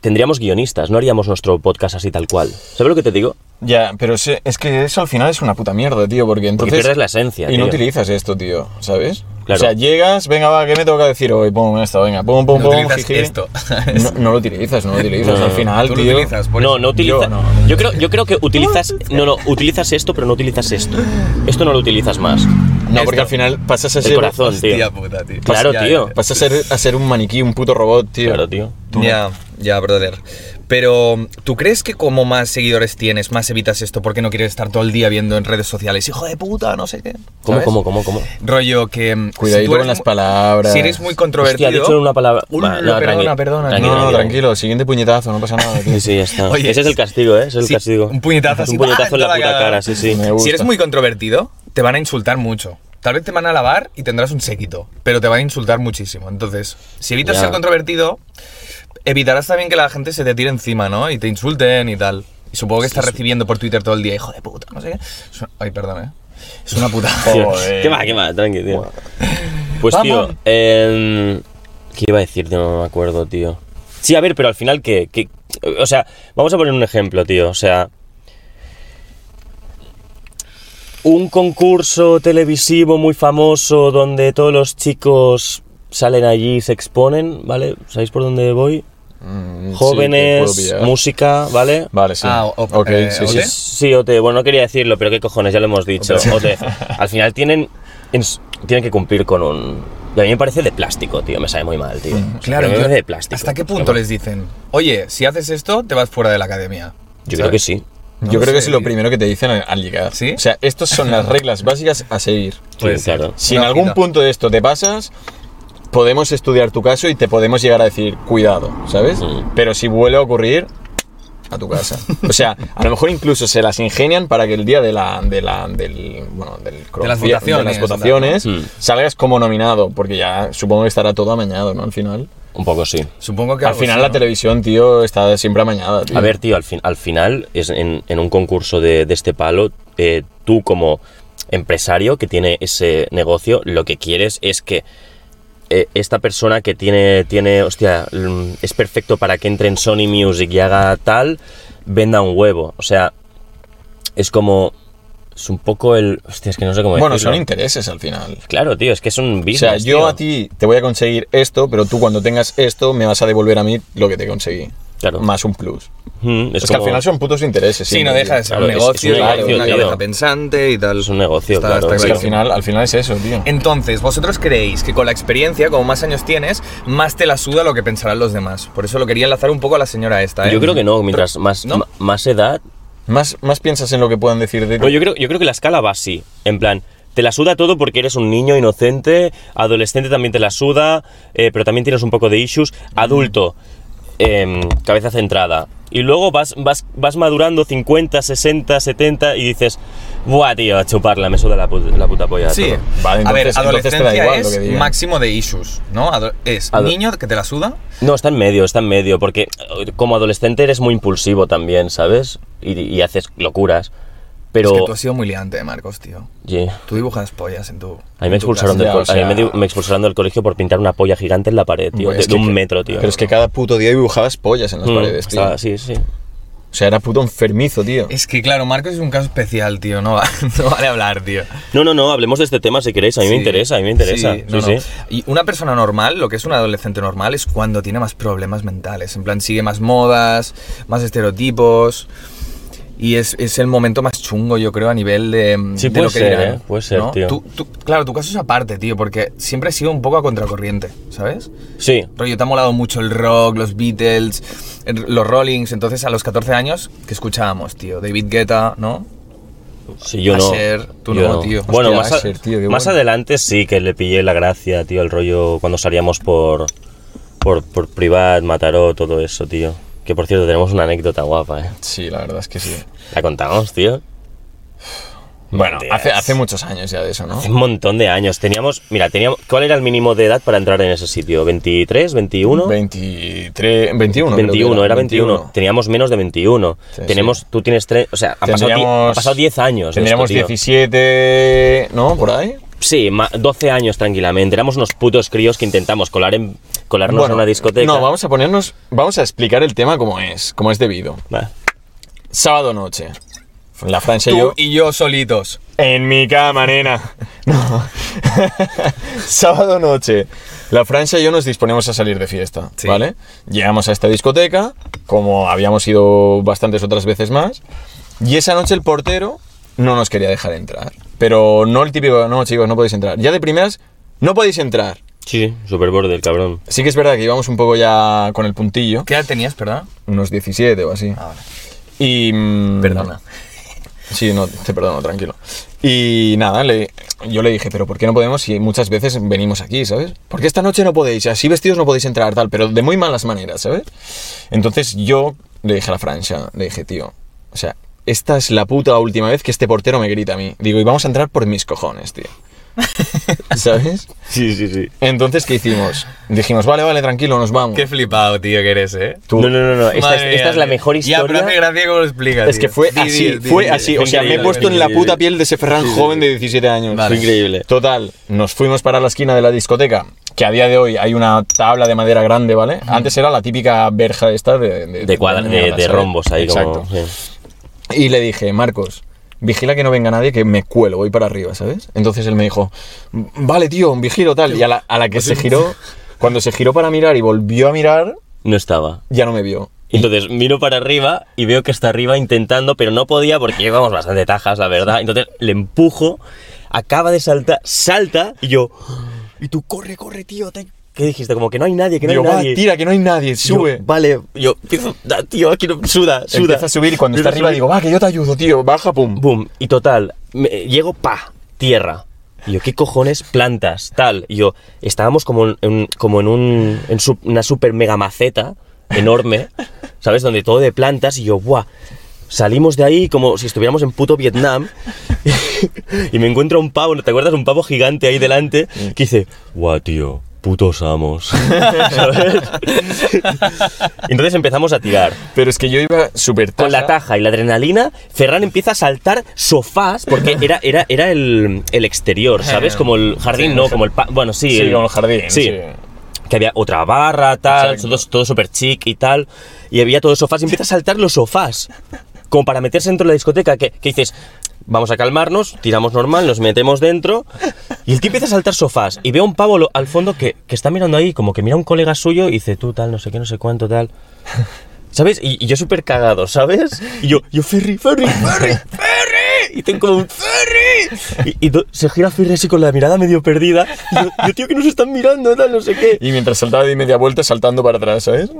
[SPEAKER 2] tendríamos guionistas, no haríamos nuestro podcast así tal cual. ¿Sabes lo que te digo?
[SPEAKER 3] Ya, pero se- es que eso al final es una puta mierda, tío, porque entonces...
[SPEAKER 2] pierdes la esencia,
[SPEAKER 3] Y no
[SPEAKER 2] tío.
[SPEAKER 3] utilizas esto, tío, ¿sabes?
[SPEAKER 2] Claro.
[SPEAKER 3] O sea, llegas, venga, va, ¿qué me toca decir hoy? Pum, esto, venga, pum, pum,
[SPEAKER 1] No
[SPEAKER 3] pum,
[SPEAKER 1] utilizas
[SPEAKER 3] jiji.
[SPEAKER 1] esto. <laughs>
[SPEAKER 3] No, no lo utilizas, no lo utilizas,
[SPEAKER 2] No,
[SPEAKER 3] al
[SPEAKER 2] no,
[SPEAKER 3] final,
[SPEAKER 1] Tú lo
[SPEAKER 3] tío...
[SPEAKER 1] utilizas, por
[SPEAKER 2] No,
[SPEAKER 1] eso.
[SPEAKER 2] no utiliza.
[SPEAKER 3] Yo no.
[SPEAKER 2] Yo creo, yo creo que utilizas. No, no, utilizas esto, pero no utilizas esto. Esto no lo utilizas más.
[SPEAKER 3] No, porque
[SPEAKER 1] Esto.
[SPEAKER 3] al final pasas a
[SPEAKER 2] El
[SPEAKER 3] ser...
[SPEAKER 2] corazón,
[SPEAKER 1] Hostia
[SPEAKER 2] tío.
[SPEAKER 1] puta, tío.
[SPEAKER 2] Claro,
[SPEAKER 1] Ya,
[SPEAKER 2] tío.
[SPEAKER 3] Pasas a ser, a ser un maniquí, un puto robot, tío.
[SPEAKER 2] Claro, tío.
[SPEAKER 3] Tú no.
[SPEAKER 1] Ya, ya, brother. Pero, ¿tú crees que como más seguidores tienes, más evitas esto porque no quieres estar todo el día viendo en redes sociales, hijo de puta, no sé qué?
[SPEAKER 2] ¿Cómo,
[SPEAKER 1] ¿Sabes?
[SPEAKER 2] cómo, cómo, cómo?
[SPEAKER 1] Rollo que... mm,
[SPEAKER 3] Cuidadito
[SPEAKER 1] tú eres
[SPEAKER 3] con las
[SPEAKER 1] mu-
[SPEAKER 3] palabras.
[SPEAKER 1] Si eres muy controvertido...
[SPEAKER 2] Hostia, ha dicho una palabra.
[SPEAKER 1] Uy,
[SPEAKER 2] Va,
[SPEAKER 1] perdona,
[SPEAKER 2] no, tranqui-
[SPEAKER 1] perdona.
[SPEAKER 3] No,
[SPEAKER 2] tranqui,
[SPEAKER 3] no,
[SPEAKER 2] tranqui,
[SPEAKER 3] tranquilo,
[SPEAKER 2] tranqui.
[SPEAKER 3] siguiente puñetazo, no
[SPEAKER 2] <laughs>
[SPEAKER 3] pasa nada, tío.
[SPEAKER 2] Sí, sí, ya está.
[SPEAKER 1] Oye,
[SPEAKER 2] Ese es el castigo, ¿eh? Ese es el
[SPEAKER 1] sí,
[SPEAKER 2] castigo.
[SPEAKER 1] un puñetazo así,
[SPEAKER 2] Un puñetazo en la
[SPEAKER 1] ¡ah!
[SPEAKER 2] puta cara, sí, sí.
[SPEAKER 3] Me gusta.
[SPEAKER 1] Si eres muy controvertido, te van a insultar mucho. Tal vez te van a alabar y tendrás un séquito, pero te van a insultar muchísimo. Entonces, si evitas
[SPEAKER 2] Ya.
[SPEAKER 1] ser controvertido, evitarás también que la gente se te tire encima, ¿no? Y te insulten y tal. Y supongo que estás recibiendo por Twitter todo el día, hijo de puta, no sé qué. Es una- Ay, perdón, ¿eh? Es una
[SPEAKER 2] <laughs>
[SPEAKER 1] puta.
[SPEAKER 2] Tío,
[SPEAKER 3] Joder.
[SPEAKER 2] ¿Qué más, qué más? Tranqui, tío. Pues, tío,
[SPEAKER 1] Vamos.
[SPEAKER 2] em, ¿qué iba a decir? tío? No me acuerdo, tío. Sí, a ver, pero al final, ¿qué? qué? O sea, vamos a poner un ejemplo, tío. O sea, un concurso televisivo muy famoso donde todos los chicos salen allí y se exponen, ¿vale? ¿Sabéis por dónde voy?
[SPEAKER 3] Mm, sí,
[SPEAKER 2] Jóvenes,
[SPEAKER 3] te puedo pillar.
[SPEAKER 2] música, ¿vale?
[SPEAKER 3] Vale, sí.
[SPEAKER 1] Ah, o-
[SPEAKER 3] ok,
[SPEAKER 1] eh,
[SPEAKER 3] sí,
[SPEAKER 1] ¿OT?
[SPEAKER 3] sí.
[SPEAKER 2] Sí, sí, OT. Bueno, no quería decirlo, pero qué cojones, ya lo hemos dicho. OT. Al final tienen, ens- tienen que cumplir con un... Y a mí me parece de plástico, tío. Me sabe muy mal, tío. O sea, pero
[SPEAKER 1] Mm, Claro,
[SPEAKER 2] me
[SPEAKER 1] yo-
[SPEAKER 2] parece de plástico.
[SPEAKER 1] ¿hasta qué
[SPEAKER 2] Pero
[SPEAKER 1] punto
[SPEAKER 2] bueno,
[SPEAKER 1] les dicen, oye, si haces esto, te vas fuera de la academia?
[SPEAKER 2] Yo creo que sí.
[SPEAKER 1] No
[SPEAKER 3] Yo
[SPEAKER 1] lo
[SPEAKER 3] creo que
[SPEAKER 1] sé,
[SPEAKER 3] es lo
[SPEAKER 1] tío.
[SPEAKER 3] primero que te dicen al- al llegar.
[SPEAKER 1] ¿Sí?
[SPEAKER 3] O sea, estas son las reglas básicas
[SPEAKER 1] <laughs>
[SPEAKER 3] a seguir.
[SPEAKER 2] Sí, claro.
[SPEAKER 3] Si en
[SPEAKER 1] Una
[SPEAKER 3] algún
[SPEAKER 1] hojita.
[SPEAKER 3] punto de esto te pasas, podemos estudiar tu caso y te podemos llegar a decir, cuidado, ¿sabes?
[SPEAKER 2] Mm.
[SPEAKER 3] Pero si vuelve a ocurrir, a tu casa. O sea, a lo mejor incluso se las ingenian para que el día de la, de la, del, bueno, del crowdfunding-
[SPEAKER 1] las votaciones,
[SPEAKER 3] de las votaciones,
[SPEAKER 2] Mm.
[SPEAKER 3] salgas como nominado, porque ya supongo que estará todo amañado, ¿no? Al final.
[SPEAKER 2] Un poco sí.
[SPEAKER 1] Supongo que
[SPEAKER 3] Al
[SPEAKER 1] algo
[SPEAKER 3] final
[SPEAKER 1] sí,
[SPEAKER 3] la
[SPEAKER 1] ¿no?
[SPEAKER 3] televisión, tío, está siempre amañada, tío.
[SPEAKER 2] A ver, tío, al, fin, al final, es en, en un concurso de, de este palo, eh, tú como empresario que tiene ese negocio, lo que quieres es que eh, esta persona que tiene, tiene, hostia, mm, es perfecto para que entre en Sony Music y haga tal, venda un huevo. O sea, es como, es un poco el, hostia, es que pues, no sé cómo
[SPEAKER 3] Bueno,
[SPEAKER 2] decirlo.
[SPEAKER 3] son intereses al final.
[SPEAKER 2] Claro, tío, es que es un
[SPEAKER 3] O
[SPEAKER 2] business,
[SPEAKER 3] sea, yo
[SPEAKER 2] tío.
[SPEAKER 3] a ti te voy a conseguir esto, pero tú cuando tengas esto me vas a devolver a mí lo que te conseguí.
[SPEAKER 2] Claro.
[SPEAKER 3] Más un plus.
[SPEAKER 2] Mm,
[SPEAKER 3] Es,
[SPEAKER 2] es
[SPEAKER 3] que al
[SPEAKER 2] como-
[SPEAKER 3] final son putos intereses.
[SPEAKER 1] Sí, no
[SPEAKER 3] siempre,
[SPEAKER 1] deja de
[SPEAKER 3] tío.
[SPEAKER 1] ser
[SPEAKER 2] Claro,
[SPEAKER 1] un
[SPEAKER 2] es-
[SPEAKER 1] negocio,
[SPEAKER 2] es un
[SPEAKER 1] y
[SPEAKER 2] negocio,
[SPEAKER 1] una
[SPEAKER 2] tío.
[SPEAKER 1] cabeza pensante y tal.
[SPEAKER 2] Es un negocio,
[SPEAKER 1] Está-
[SPEAKER 2] claro.
[SPEAKER 1] está
[SPEAKER 3] Es que al
[SPEAKER 1] clarísimo.
[SPEAKER 3] final, al final es eso, tío.
[SPEAKER 1] Entonces, ¿vosotros creéis que con la experiencia, como más años tienes, más te la suda lo que pensarán los demás? Por eso lo quería enlazar un poco a la señora esta, ¿eh?
[SPEAKER 2] Yo creo que no, mientras más,
[SPEAKER 1] ¿No?
[SPEAKER 2] ma- más edad,
[SPEAKER 3] Más, más piensas en lo que puedan decir de ti.
[SPEAKER 2] No, Pues yo creo, yo creo que la escala va así. En plan, te la suda todo porque eres un niño inocente, adolescente también te la suda, eh, pero también tienes un poco de issues, adulto, em, cabeza centrada. Y luego vas, vas, vas madurando 50, 60, 70 y dices, buah, tío, a chuparla, me suda la, pu- la puta polla.
[SPEAKER 1] Sí.
[SPEAKER 2] todo".
[SPEAKER 3] Vale,
[SPEAKER 1] a ver,
[SPEAKER 3] entonces- entonces te da
[SPEAKER 1] adolescencia
[SPEAKER 3] igual lo que
[SPEAKER 1] es
[SPEAKER 3] digan.
[SPEAKER 1] máximo de issues, ¿no? Ado- es
[SPEAKER 2] Ado-
[SPEAKER 1] niño que te la suda.
[SPEAKER 2] No, está en medio, está en medio, porque eh, como adolescente eres muy impulsivo también, ¿sabes? Y, y haces locuras. Pero.
[SPEAKER 1] Es que tú has sido muy liante, eh, Marcos, tío.
[SPEAKER 2] Yeah.
[SPEAKER 1] Tú dibujas pollas en tu.
[SPEAKER 2] A mí me
[SPEAKER 1] en tu
[SPEAKER 2] expulsaron,
[SPEAKER 1] casa.
[SPEAKER 2] del,
[SPEAKER 3] Ya,
[SPEAKER 2] co-
[SPEAKER 3] o
[SPEAKER 2] a mí me,
[SPEAKER 3] sea-
[SPEAKER 2] di- me expulsaron del colegio por pintar una polla gigante en la pared, tío.
[SPEAKER 3] Buah,
[SPEAKER 2] de,
[SPEAKER 3] es
[SPEAKER 2] de
[SPEAKER 3] Pues que-
[SPEAKER 2] un metro, tío.
[SPEAKER 3] Pero es que cada puto día dibujabas pollas en las
[SPEAKER 2] Mm,
[SPEAKER 3] paredes, tío.
[SPEAKER 2] estaba- sí, sí.
[SPEAKER 3] O sea, era puto enfermizo, tío.
[SPEAKER 1] Es que, claro, Marcos es un caso especial, tío. No, va- <laughs> no vale hablar, tío.
[SPEAKER 2] No, no, no, hablemos de este tema si queréis. A mí me
[SPEAKER 1] Sí.
[SPEAKER 2] interesa, a mí me interesa. Sí,
[SPEAKER 1] Sí, no,
[SPEAKER 2] sí.
[SPEAKER 1] no. Y una persona normal, lo que es un adolescente normal, es cuando tiene más problemas mentales. En plan, sigue más modas, más estereotipos. Y es, es el momento más chungo, yo creo, a nivel de, mm,
[SPEAKER 2] Sí,
[SPEAKER 1] de
[SPEAKER 2] puede
[SPEAKER 1] lo que
[SPEAKER 2] ser,
[SPEAKER 1] dirán,
[SPEAKER 2] ¿eh? Puede ser,
[SPEAKER 1] ¿no?
[SPEAKER 2] tío.
[SPEAKER 1] Tú- tú- claro, tu caso es aparte, tío, porque siempre has sido un poco a contracorriente, ¿sabes?
[SPEAKER 2] Sí,
[SPEAKER 1] Rollo, te ha molado mucho el rock, los Beatles, el- los Rollings. Entonces, a los 14 años, ¿qué escuchábamos, tío? David Guetta, ¿no?
[SPEAKER 2] sí, yo no.
[SPEAKER 1] Asher, tú
[SPEAKER 2] yo
[SPEAKER 1] no, tío.
[SPEAKER 2] Bueno,
[SPEAKER 3] Hostia,
[SPEAKER 2] más, a-
[SPEAKER 3] Asher, tío, qué
[SPEAKER 2] más
[SPEAKER 3] bueno.
[SPEAKER 2] adelante sí que le pillé la gracia, tío, el rollo cuando salíamos por, por, por Privat, Mataró, todo eso, tío. Que por cierto, tenemos una anécdota guapa, ¿eh?
[SPEAKER 3] Sí, la verdad es que sí.
[SPEAKER 2] ¿La contamos, tío?
[SPEAKER 3] Bueno,
[SPEAKER 2] Hostias.
[SPEAKER 3] hace, hace muchos años ya de eso, ¿no?
[SPEAKER 2] Hace un montón de años. Teníamos. Mira, teníamos. ¿Cuál era el mínimo de edad para entrar en ese sitio? ¿23? ¿21?
[SPEAKER 3] 23, 21. creo que
[SPEAKER 2] 21, era 21. Teníamos menos de 21.
[SPEAKER 3] Sí,
[SPEAKER 2] Tenemos,
[SPEAKER 3] sí.
[SPEAKER 2] tú tienes 3, o sea, han pasado, die-
[SPEAKER 3] Tendríamos-
[SPEAKER 2] ha pasado 10 años. de
[SPEAKER 3] Tendríamos
[SPEAKER 2] esto, tío.
[SPEAKER 3] 17, ¿no? Por ahí.
[SPEAKER 2] Sí, ma- 12 años tranquilamente. Éramos unos putos críos que intentamos colar en, colarnos en una discoteca.
[SPEAKER 3] No, vamos a ponernos, vamos a explicar el tema como es, como es debido.
[SPEAKER 2] Va.
[SPEAKER 3] Sábado noche. La Francia y
[SPEAKER 1] Tú
[SPEAKER 3] yo.
[SPEAKER 1] y yo solitos.
[SPEAKER 3] En mi cama, nena. <laughs> No. Sábado noche. La Francia y yo nos disponemos a salir de fiesta,
[SPEAKER 1] Sí.
[SPEAKER 3] ¿vale? Llegamos a esta discoteca, como habíamos ido bastantes otras veces más, y esa noche el portero no nos quería dejar entrar. Pero no el típico, no, chicos, no podéis entrar. Ya de primeras, no podéis entrar.
[SPEAKER 2] Sí, super borde el cabrón.
[SPEAKER 3] Sí que es verdad que íbamos un poco ya con el puntillo,
[SPEAKER 1] ¿Qué edad tenías, perdón?
[SPEAKER 3] unos 17 o así.
[SPEAKER 1] Ah, vale.
[SPEAKER 3] Y... mm,
[SPEAKER 1] Perdona.
[SPEAKER 3] Sí, no, te perdono, tranquilo. Y nada, le, yo le dije, pero ¿por qué no podemos si muchas veces venimos aquí, ¿sabes? Porque esta noche no podéis, así vestidos no podéis entrar, tal, pero de muy malas maneras, ¿sabes? Entonces yo le dije a la Francia, le dije, tío, o sea, esta es la puta última vez que este portero me grita a mí. Digo, y vamos a entrar por mis
[SPEAKER 1] <laughs>
[SPEAKER 3] cojones, tío. ¿Sabes?
[SPEAKER 2] Sí, sí, sí.
[SPEAKER 3] Entonces, ¿qué hicimos? Dijimos, vale, vale, tranquilo, nos vamos.
[SPEAKER 1] Qué flipado, tío, que eres, ¿eh?
[SPEAKER 3] Tú-
[SPEAKER 2] No, no, no, no. Esta, es,
[SPEAKER 1] Madre
[SPEAKER 2] esta
[SPEAKER 1] mía,
[SPEAKER 2] es la
[SPEAKER 1] tío.
[SPEAKER 2] mejor historia.
[SPEAKER 1] Ya, pero hace gracia cómo lo explicas.
[SPEAKER 3] Es que
[SPEAKER 1] tío.
[SPEAKER 3] fue
[SPEAKER 1] Di,
[SPEAKER 3] así,
[SPEAKER 1] di, di,
[SPEAKER 3] fue
[SPEAKER 1] di,
[SPEAKER 3] así.
[SPEAKER 1] di,
[SPEAKER 3] O sea,
[SPEAKER 1] di,
[SPEAKER 3] me he
[SPEAKER 1] di,
[SPEAKER 3] puesto
[SPEAKER 1] di,
[SPEAKER 3] en la
[SPEAKER 1] di,
[SPEAKER 3] puta
[SPEAKER 1] di.
[SPEAKER 3] piel de ese Ferran joven de 17 años.
[SPEAKER 1] Vale.
[SPEAKER 2] Increíble.
[SPEAKER 3] Total, nos fuimos para la esquina de la discoteca, que a día de hoy hay una tabla de madera grande, ¿vale? Antes era la típica verja esta de...
[SPEAKER 2] De, cuadra- de-
[SPEAKER 3] mierda,
[SPEAKER 2] de
[SPEAKER 3] ¿sabes?
[SPEAKER 2] rombos ahí
[SPEAKER 3] Exacto.
[SPEAKER 2] como. sí.
[SPEAKER 3] Y le dije, Marcos, vigila que no venga nadie, que me cuelo, voy para arriba, ¿sabes? Entonces él me dijo, vale, tío, un vigilo tal. Y a la, a la que se giró, cuando se giró para mirar y volvió a mirar,
[SPEAKER 2] No estaba.
[SPEAKER 3] ya no me vio.
[SPEAKER 2] Entonces miro para arriba y veo que está arriba intentando, pero no podía porque llevamos bastante tajas, la verdad. Entonces le empujo, acaba de saltar, salta y yo. Y tú, corre, corre, tío. te- ¿Qué dijiste? Como que no hay nadie, que no
[SPEAKER 3] Digo,
[SPEAKER 2] hay
[SPEAKER 3] va,
[SPEAKER 2] nadie.
[SPEAKER 3] tira, que no hay nadie,
[SPEAKER 2] Yo,
[SPEAKER 3] sube.
[SPEAKER 2] vale, yo empiezo, da, tío, aquí no, suda, suda.
[SPEAKER 3] Empieza a subir y cuando está
[SPEAKER 2] Empieza a
[SPEAKER 3] arriba
[SPEAKER 2] subir.
[SPEAKER 3] digo, va, que yo te ayudo, tío, baja, pum.
[SPEAKER 2] Boom, y total, me- llego, pa, tierra. Y yo, ¿qué cojones? Plantas, tal. Y yo, estábamos como en, en- como en, un, en su- una super mega maceta enorme, ¿sabes? Donde todo de plantas y yo, buah. Salimos de ahí como si estuviéramos en puto Vietnam <laughs> y me encuentro un pavo, ¿no te acuerdas? Un pavo gigante ahí delante que dice, guau, tío, putos amos. <laughs> ¿Sabes? Entonces empezamos a tirar
[SPEAKER 3] Pero es que yo iba súper
[SPEAKER 2] con la taja y la adrenalina, Ferran empieza a saltar sofás porque
[SPEAKER 3] <laughs>
[SPEAKER 2] era, era, era el, el exterior, ¿sabes?
[SPEAKER 3] Eh,
[SPEAKER 2] Como el jardín, no, como el... pa- bueno, sí.
[SPEAKER 3] Sí, como el jardín, sí.
[SPEAKER 2] Que había otra barra, tal,
[SPEAKER 3] Exacto.
[SPEAKER 2] todo, todo súper chic y tal. Y había todos sofás y empieza a saltar los sofás. Como para meterse dentro de la discoteca, que, que dices, vamos a calmarnos, tiramos normal, nos metemos dentro. Y el tío empieza a saltar sofás. Y veo a un pavo lo- al fondo que, que está mirando ahí, como que mira a un colega suyo y dice, tú tal, no sé qué, no sé cuánto, tal. ¿Sabes? Y, y yo súper cagado, ¿sabes? Y yo, yo, Ferry, Ferry, Ferry, Ferry. Y tengo como un Ferry. Y, y do- se gira Ferry así con la mirada medio perdida. Y yo, yo, tío, que nos están mirando, tal, no sé qué.
[SPEAKER 3] Y mientras saltaba di media vuelta saltando para atrás, ¿sabes?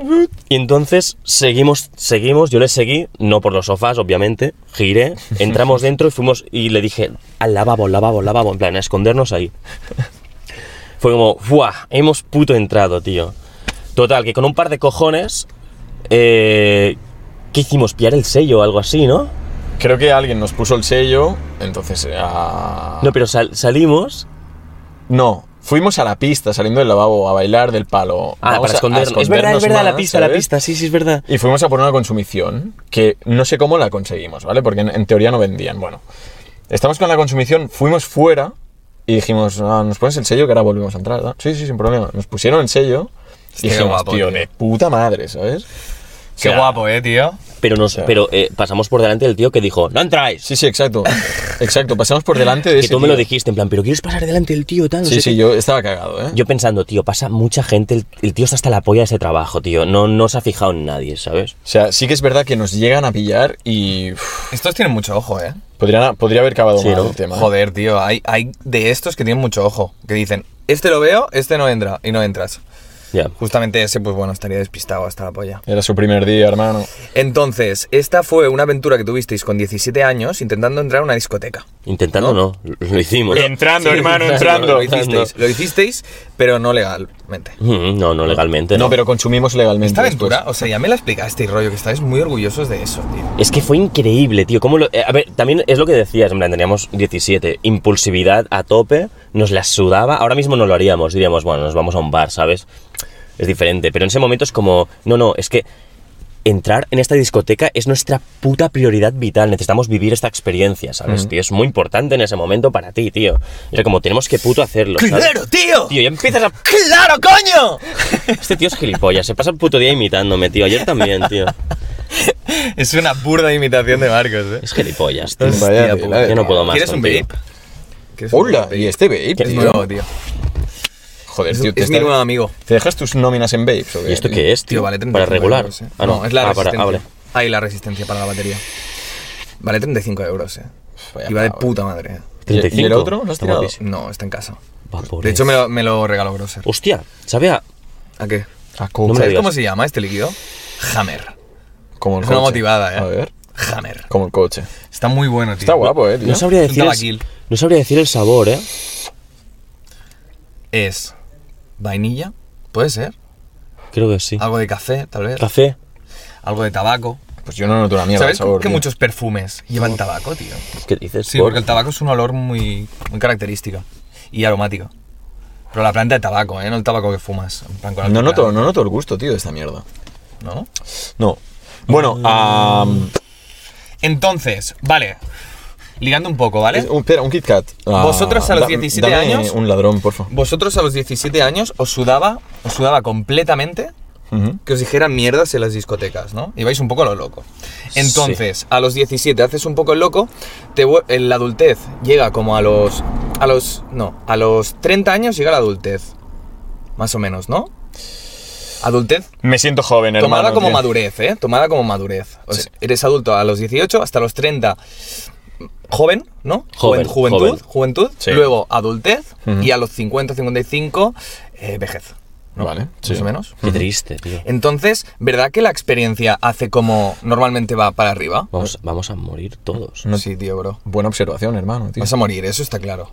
[SPEAKER 2] Y entonces seguimos, seguimos, yo le seguí, no por los sofás, obviamente, giré,
[SPEAKER 3] <laughs>
[SPEAKER 2] entramos dentro y fuimos, y le dije, al lavabo, al lavabo, al lavabo, en plan, a escondernos ahí. Fue como, ¡buah! Hemos puto entrado, tío. Total, que con un par de cojones, eh, ¿qué hicimos? ¿Pillar el sello o algo así, no?
[SPEAKER 3] Creo que alguien nos puso el sello, entonces... ah,
[SPEAKER 2] No, pero sal- salimos,
[SPEAKER 3] No, Fuimos a la pista saliendo del lavabo a bailar del palo.
[SPEAKER 2] Ah,
[SPEAKER 3] Vamos
[SPEAKER 2] para
[SPEAKER 3] a- a
[SPEAKER 2] escondernos. Es verdad, es
[SPEAKER 3] escondernos
[SPEAKER 2] verdad, la
[SPEAKER 3] más,
[SPEAKER 2] pista, la
[SPEAKER 3] ¿sabes?
[SPEAKER 2] pista, sí, sí, es verdad.
[SPEAKER 3] Y fuimos a por una consumición que no sé cómo la conseguimos, ¿vale? Porque en, en teoría no vendían. Bueno, estamos con la consumición, fuimos fuera y dijimos, "Ah, ¿nos pones el sello? Que ahora volvemos a entrar. ¿no? Sí, sí, sin problema. Nos pusieron el sello y
[SPEAKER 1] Hostia,
[SPEAKER 3] dijimos,
[SPEAKER 1] guapo,
[SPEAKER 3] tío,
[SPEAKER 1] tío".
[SPEAKER 3] de puta madre, ¿sabes?
[SPEAKER 1] Qué
[SPEAKER 3] O sea,
[SPEAKER 1] guapo, eh, tío.
[SPEAKER 2] Pero, nos, pero eh, pasamos por delante del tío que dijo, no entráis.
[SPEAKER 3] Sí, sí, exacto. Exacto, pasamos por delante de
[SPEAKER 2] que
[SPEAKER 3] ese
[SPEAKER 2] tú me lo
[SPEAKER 3] tío.
[SPEAKER 2] dijiste, en plan, pero quieres pasar delante del tío, tal. no
[SPEAKER 3] Sí,
[SPEAKER 2] sé
[SPEAKER 3] sí,
[SPEAKER 2] qué".
[SPEAKER 3] yo estaba cagado, ¿eh?
[SPEAKER 2] Yo pensando, tío, pasa mucha gente, el, el tío está hasta la polla de ese trabajo, tío. No, no se ha fijado en nadie, ¿sabes?
[SPEAKER 3] O sea, sí que es verdad que nos llegan a pillar y uf,
[SPEAKER 1] Estos tienen mucho ojo, eh.
[SPEAKER 3] podrían, podría haber acabado
[SPEAKER 2] Sí,
[SPEAKER 3] mal
[SPEAKER 2] ¿no?
[SPEAKER 3] el tema.
[SPEAKER 1] Joder, tío, hay, hay de estos que tienen mucho ojo, que dicen, este lo veo, este no entra, y no entras.
[SPEAKER 2] Ya.
[SPEAKER 1] Justamente ese, pues bueno, estaría despistado hasta la polla.
[SPEAKER 3] Era su primer día, hermano.
[SPEAKER 1] Entonces, esta fue una aventura que tuvisteis con 17 años intentando entrar a una discoteca.
[SPEAKER 2] Intentando no, lo hicimos.
[SPEAKER 3] Entrando,
[SPEAKER 1] Sí, <laughs> Lo
[SPEAKER 2] entrando.
[SPEAKER 1] hicisteis, lo hicisteis, pero no legalmente.
[SPEAKER 2] Mm, No, no legalmente. No.
[SPEAKER 3] No, pero consumimos legalmente.
[SPEAKER 1] Esta
[SPEAKER 3] después.
[SPEAKER 1] aventura, o sea, ya me la explicasteis, rollo, que estáis muy orgullosos de eso, tío.
[SPEAKER 2] Es que fue increíble, tío. ¿Cómo lo- eh, a ver, también es lo que decías, en plan, teníamos 17, impulsividad a tope, nos la sudaba. Ahora mismo no lo haríamos, diríamos, bueno, nos vamos a un bar, ¿sabes? Es diferente, pero en ese momento es como, no, no, es que entrar en esta discoteca es nuestra puta prioridad vital, necesitamos vivir esta experiencia, ¿sabes, tío? Es muy importante en ese momento para ti, tío. Era como, tenemos que puto hacerlo, ¿sabes?
[SPEAKER 1] tío!
[SPEAKER 2] Tío, ya empiezas a...
[SPEAKER 1] ¡Claro, coño!
[SPEAKER 2] Este tío es gilipollas, se pasa el puto día imitándome, tío. Ayer también, tío.
[SPEAKER 1] Es una burda imitación de Marcos, eh.
[SPEAKER 2] Es gilipollas, tío.
[SPEAKER 3] Hostia, Vaya
[SPEAKER 1] puta.
[SPEAKER 3] tela de
[SPEAKER 2] Yo no puedo más.
[SPEAKER 1] ¿Quieres un
[SPEAKER 2] contigo.
[SPEAKER 1] vape? ¿Quieres un
[SPEAKER 3] Hola,
[SPEAKER 1] vape?
[SPEAKER 3] y este vape,
[SPEAKER 1] Es
[SPEAKER 3] tío.
[SPEAKER 1] nuevo, tío.
[SPEAKER 3] Joder,
[SPEAKER 1] Es,
[SPEAKER 3] tío, te
[SPEAKER 1] es mi
[SPEAKER 3] está-
[SPEAKER 1] nuevo amigo.
[SPEAKER 3] ¿Te dejas tus nóminas en vapes o qué?
[SPEAKER 2] ¿Y esto qué es, tío?
[SPEAKER 1] Eh, Tío, vale 35
[SPEAKER 2] ¿Para regular?
[SPEAKER 1] euros, eh.
[SPEAKER 2] Ah,
[SPEAKER 1] no, es la
[SPEAKER 2] Ah, para-
[SPEAKER 1] resistencia.
[SPEAKER 2] ah, vale.
[SPEAKER 1] Ahí la resistencia para la batería. Vale 35 euros, eh.
[SPEAKER 3] Vaya
[SPEAKER 1] Y va de
[SPEAKER 3] pavo.
[SPEAKER 1] puta madre. eh.
[SPEAKER 3] ¿Y el otro? ¿Lo has
[SPEAKER 2] Está
[SPEAKER 3] tirado?
[SPEAKER 2] guapísimo.
[SPEAKER 1] No, está en casa.
[SPEAKER 2] Vapores.
[SPEAKER 1] De hecho, me lo, me lo regaló Grosser.
[SPEAKER 2] Hostia, ¿sabe a-
[SPEAKER 1] ¿A qué?
[SPEAKER 3] Ah, como-
[SPEAKER 2] No me lo
[SPEAKER 1] ¿Sabes
[SPEAKER 2] digas.
[SPEAKER 1] cómo se llama este líquido? Hammer.
[SPEAKER 3] como el
[SPEAKER 1] Es una
[SPEAKER 3] coche.
[SPEAKER 1] motivada, eh.
[SPEAKER 3] A ver,
[SPEAKER 1] Hammer.
[SPEAKER 3] como el coche.
[SPEAKER 1] Está muy bueno, tío.
[SPEAKER 3] Está guapo, eh, tío.
[SPEAKER 2] No sabría
[SPEAKER 1] Es un
[SPEAKER 2] decir... el-
[SPEAKER 1] tabaquil.
[SPEAKER 2] No sabría decir el sabor, ¿eh?
[SPEAKER 1] Es vainilla, puede ser.
[SPEAKER 2] Creo que sí.
[SPEAKER 1] Algo de café, tal vez.
[SPEAKER 2] Café.
[SPEAKER 1] algo de tabaco.
[SPEAKER 3] Pues yo no noto una mierda de
[SPEAKER 1] ¿Sabes
[SPEAKER 3] sabor.
[SPEAKER 1] que
[SPEAKER 3] tío.
[SPEAKER 1] muchos perfumes llevan tabaco, tío?
[SPEAKER 2] ¿Qué dices?
[SPEAKER 1] Sí,
[SPEAKER 2] Por-
[SPEAKER 1] porque el tabaco es un olor muy, muy característico y aromático. Pero la planta de tabaco, ¿eh? No el tabaco que fumas. en plan con
[SPEAKER 3] No
[SPEAKER 1] alquitrán,
[SPEAKER 3] noto, no noto el gusto, tío, de esta mierda.
[SPEAKER 1] ¿no?
[SPEAKER 3] No. Bueno,
[SPEAKER 1] Mm,
[SPEAKER 3] ah,
[SPEAKER 1] Entonces, vale. Ligando un poco,
[SPEAKER 3] es-
[SPEAKER 1] ¿vale?
[SPEAKER 3] un- espera, un Kit Kat. Ah,
[SPEAKER 1] Vosotros a los
[SPEAKER 3] da-
[SPEAKER 1] 17
[SPEAKER 3] dame
[SPEAKER 1] años-
[SPEAKER 3] un ladrón, por favor.
[SPEAKER 1] Vosotros a los 17 años os sudaba, os sudaba completamente
[SPEAKER 3] Ujú.
[SPEAKER 1] que os dijeran mierdas en las discotecas, ¿no? Ibais un poco a lo loco. Entonces, a los 17 haces un poco el loco, te, vu- en la adultez llega como a los... A los... No, a los 30 años llega la adultez. Más o menos, ¿no? Adultez
[SPEAKER 3] Me siento joven, hermano.
[SPEAKER 1] tomada como
[SPEAKER 3] tío.
[SPEAKER 1] madurez, ¿eh? Tomada como madurez. O sea,
[SPEAKER 3] Sí.
[SPEAKER 1] Eres adulto a los 18 hasta los 30. Joven, ¿no?
[SPEAKER 2] Joven,
[SPEAKER 1] Juven- juventud,
[SPEAKER 2] joven.
[SPEAKER 1] juventud.
[SPEAKER 3] Sí.
[SPEAKER 1] Luego adultez
[SPEAKER 3] Ujú.
[SPEAKER 1] y a los 50, 55, eh, vejez. ¿no?
[SPEAKER 3] Vale, sí.
[SPEAKER 1] Más o menos.
[SPEAKER 2] Qué triste, tío.
[SPEAKER 1] Entonces, ¿verdad que la experiencia hace como normalmente va para arriba?
[SPEAKER 2] Vamos, vamos a morir todos.
[SPEAKER 3] No-
[SPEAKER 1] Sí, tío, bro.
[SPEAKER 3] Buena observación, hermano, tío.
[SPEAKER 1] Vas a morir, eso está claro.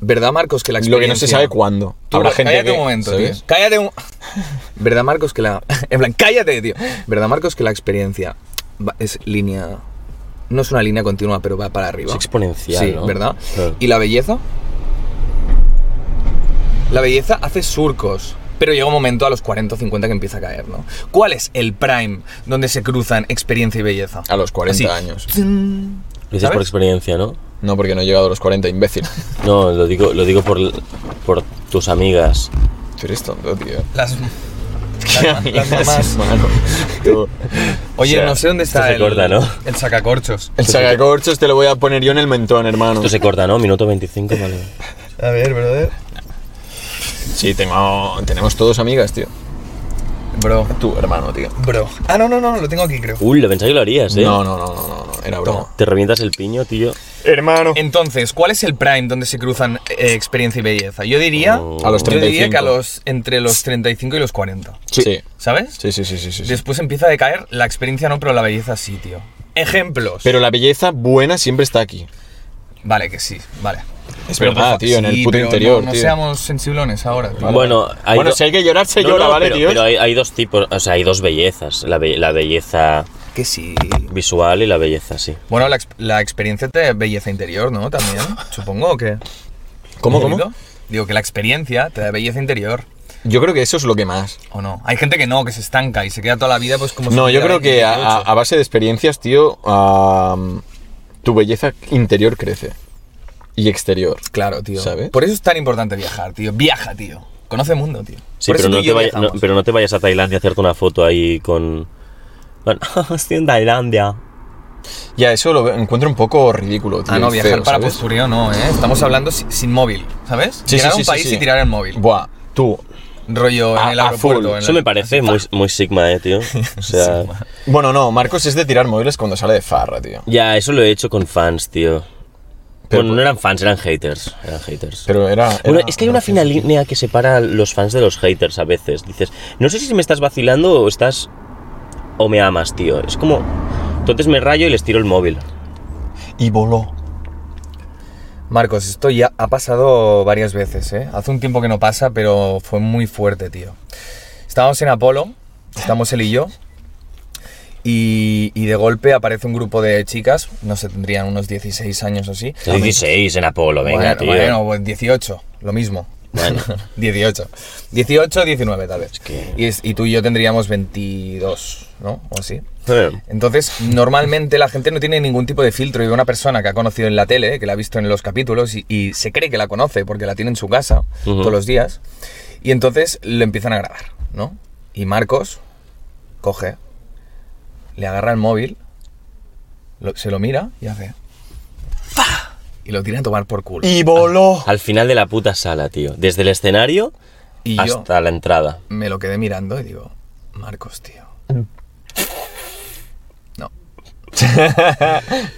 [SPEAKER 1] ¿Verdad, Marcos, que la
[SPEAKER 3] Lo
[SPEAKER 1] experiencia...
[SPEAKER 3] que no se sabe cuándo.
[SPEAKER 1] Tú,
[SPEAKER 3] Habrá gente
[SPEAKER 1] cállate
[SPEAKER 3] que,
[SPEAKER 1] un momento,
[SPEAKER 3] ¿sabes?
[SPEAKER 1] tío. Cállate un... <laughs> ¿Verdad, Marcos, que la... <laughs> En plan, cállate, tío. ¿Verdad, Marcos, que la experiencia va- es línea... No es una línea continua, pero va para arriba.
[SPEAKER 2] Es exponencial,
[SPEAKER 1] Sí,
[SPEAKER 2] ¿no?
[SPEAKER 1] ¿verdad?
[SPEAKER 2] Claro.
[SPEAKER 1] ¿Y la belleza? La belleza hace surcos, pero llega un momento a los 40 o 50 que empieza a caer, ¿no? ¿Cuál es el prime donde se cruzan experiencia y belleza?
[SPEAKER 2] Ah.
[SPEAKER 3] A los 40
[SPEAKER 1] Así.
[SPEAKER 3] años.
[SPEAKER 2] Lo dices
[SPEAKER 1] ¿sabes?
[SPEAKER 2] por experiencia, ¿no?
[SPEAKER 3] No, porque no he llegado a los 40, imbécil.
[SPEAKER 2] No, lo digo, lo digo por, por tus amigas.
[SPEAKER 3] Tú eres tonto, tío.
[SPEAKER 1] Las... <laughs> Las, las mamás.
[SPEAKER 3] hermano. Tú.
[SPEAKER 1] Oye,
[SPEAKER 3] O sea,
[SPEAKER 1] no sé dónde
[SPEAKER 2] esto
[SPEAKER 1] está
[SPEAKER 2] se
[SPEAKER 1] el,
[SPEAKER 2] corta, ¿no?
[SPEAKER 1] el sacacorchos.
[SPEAKER 3] El sacacorchos te lo voy a poner yo en el mentón, hermano.
[SPEAKER 2] Esto se corta, ¿no? Minuto 25, vale.
[SPEAKER 1] A ver, brother.
[SPEAKER 3] Sí, tengo, tenemos todos amigas, tío.
[SPEAKER 1] Bro.
[SPEAKER 3] Tú, hermano, tío.
[SPEAKER 1] Bro. Ah, no, no, no, lo tengo aquí, creo.
[SPEAKER 2] Uy, lo pensaba que lo harías, ¿eh?
[SPEAKER 3] No, no, no, no, no, no, era broma.
[SPEAKER 2] Te revientas el piño, tío.
[SPEAKER 3] Hermano.
[SPEAKER 1] Entonces, ¿cuál es el prime donde se cruzan eh, experiencia y belleza? Yo diría,
[SPEAKER 2] Oh.
[SPEAKER 3] A los
[SPEAKER 1] yo diría que a
[SPEAKER 3] 35.
[SPEAKER 1] los, entre los 35 y los 40.
[SPEAKER 3] Sí. Sí,
[SPEAKER 1] ¿Sabes?
[SPEAKER 3] sí, sí, sí, sí, sí.
[SPEAKER 1] Después empieza a decaer la experiencia, no, pero la belleza sí, tío. Ejemplos.
[SPEAKER 3] Pero la belleza buena siempre está aquí.
[SPEAKER 1] Vale, que sí, vale.
[SPEAKER 3] Es
[SPEAKER 1] Pero, por
[SPEAKER 3] verdad,
[SPEAKER 1] favor,
[SPEAKER 3] tío, en
[SPEAKER 1] sí,
[SPEAKER 3] el puto
[SPEAKER 1] pero
[SPEAKER 3] interior,
[SPEAKER 1] no, no
[SPEAKER 3] tío.
[SPEAKER 1] seamos sensiblones ahora, tío.
[SPEAKER 2] Bueno, hay
[SPEAKER 3] Bueno,
[SPEAKER 2] do-
[SPEAKER 3] si hay que llorar, se llora, ¿vale,
[SPEAKER 2] pero,
[SPEAKER 3] tío?
[SPEAKER 2] Pero hay, hay dos tipos, o sea, hay dos bellezas. La, be- la belleza
[SPEAKER 1] Que sí.
[SPEAKER 2] visual y la belleza, sí.
[SPEAKER 1] Bueno, la, ex- la experiencia de belleza interior, ¿no? También, supongo, ¿o qué?
[SPEAKER 3] ¿Cómo, cómo?
[SPEAKER 1] ¿Digo? Digo que la experiencia te da belleza interior,
[SPEAKER 3] Yo creo que eso es lo que más.
[SPEAKER 1] ¿o no? Hay gente que no, que se estanca y se queda toda la vida pues como si
[SPEAKER 3] No, yo
[SPEAKER 1] tuviera
[SPEAKER 3] creo que a- a,
[SPEAKER 1] 28.
[SPEAKER 3] a base de experiencias, tío, am, tu belleza interior crece. Y exterior.
[SPEAKER 1] Claro, tío.
[SPEAKER 3] ¿Sabes?
[SPEAKER 1] Por eso es tan importante viajar, tío. Viaja, tío. Conoce mundo, tío.
[SPEAKER 2] Sí,
[SPEAKER 1] Por
[SPEAKER 2] pero
[SPEAKER 1] eso tú
[SPEAKER 2] no,
[SPEAKER 1] y
[SPEAKER 2] te
[SPEAKER 1] yo
[SPEAKER 2] vaya- no-
[SPEAKER 1] viajamos.
[SPEAKER 2] pero no te vayas a Tailandia a hacerte una foto ahí con... Bueno, <laughs> estoy en Tailandia.
[SPEAKER 3] Ya, eso lo encuentro un poco ridículo, tío.
[SPEAKER 1] Ah, no,
[SPEAKER 3] y
[SPEAKER 1] viajar
[SPEAKER 3] feo,
[SPEAKER 1] para
[SPEAKER 3] ¿sabes?
[SPEAKER 1] postureo no, ¿eh? Estamos hablando si- sin, móvil, ¿sabes?
[SPEAKER 3] Sí, sí,
[SPEAKER 1] Llegar a
[SPEAKER 3] sí,
[SPEAKER 1] un
[SPEAKER 3] sí,
[SPEAKER 1] país
[SPEAKER 3] sí.
[SPEAKER 1] y tirar el móvil.
[SPEAKER 3] Buah, tú.
[SPEAKER 1] Rollo en
[SPEAKER 3] A-
[SPEAKER 1] el
[SPEAKER 3] a
[SPEAKER 1] aeropuerto.
[SPEAKER 3] full.
[SPEAKER 1] en el-
[SPEAKER 2] Eso me parece muy, muy sigma, eh, tío. O sea,
[SPEAKER 3] Bueno, no, Marcos es de tirar móviles cuando sale de farra, tío.
[SPEAKER 2] ya, eso lo he hecho con fans, tío.
[SPEAKER 3] Pero-
[SPEAKER 2] bueno, no eran fans, eran haters. Eran haters.
[SPEAKER 3] Pero era.
[SPEAKER 2] Bueno,
[SPEAKER 3] era-
[SPEAKER 2] es que hay una
[SPEAKER 3] era-
[SPEAKER 2] fina línea que separa a los fans de los haters a veces. Dices, no sé si me estás vacilando o estás. o me amas, tío. Es como. Entonces me rayo y les tiro el móvil.
[SPEAKER 3] Y voló.
[SPEAKER 1] Marcos, esto ya ha pasado varias veces, ¿eh? Hace un tiempo que no pasa, pero fue muy fuerte, tío. Estábamos en Apolo, estamos él y yo, y, y de golpe aparece un grupo de chicas, no sé, tendrían unos 16 años o así.
[SPEAKER 2] 16 en Apolo, venga,
[SPEAKER 1] bueno,
[SPEAKER 2] tío.
[SPEAKER 1] bueno, pues 18, lo mismo. <laughs>
[SPEAKER 2] Bueno.
[SPEAKER 1] 18. 18, 19 tal vez.
[SPEAKER 2] que-
[SPEAKER 1] y, es- y tú y yo tendríamos 22, ¿no? O así.
[SPEAKER 2] Eh,
[SPEAKER 1] Entonces, normalmente la gente no tiene ningún tipo de filtro y ve una persona que ha conocido en la tele, que la ha visto en los capítulos y, y se cree que la conoce porque la tiene en su casa
[SPEAKER 2] Ujú.
[SPEAKER 1] todos los días. Y entonces lo empiezan a grabar, ¿no? Y Marcos coge, le agarra el móvil, lo- se lo mira y hace... ¡Fa! Y lo tiene a tomar por culo.
[SPEAKER 3] Y voló.
[SPEAKER 2] Al final de la puta sala, tío. Desde el escenario
[SPEAKER 1] Y yo
[SPEAKER 2] hasta la entrada.
[SPEAKER 1] me lo quedé mirando y digo, Marcos, tío. No.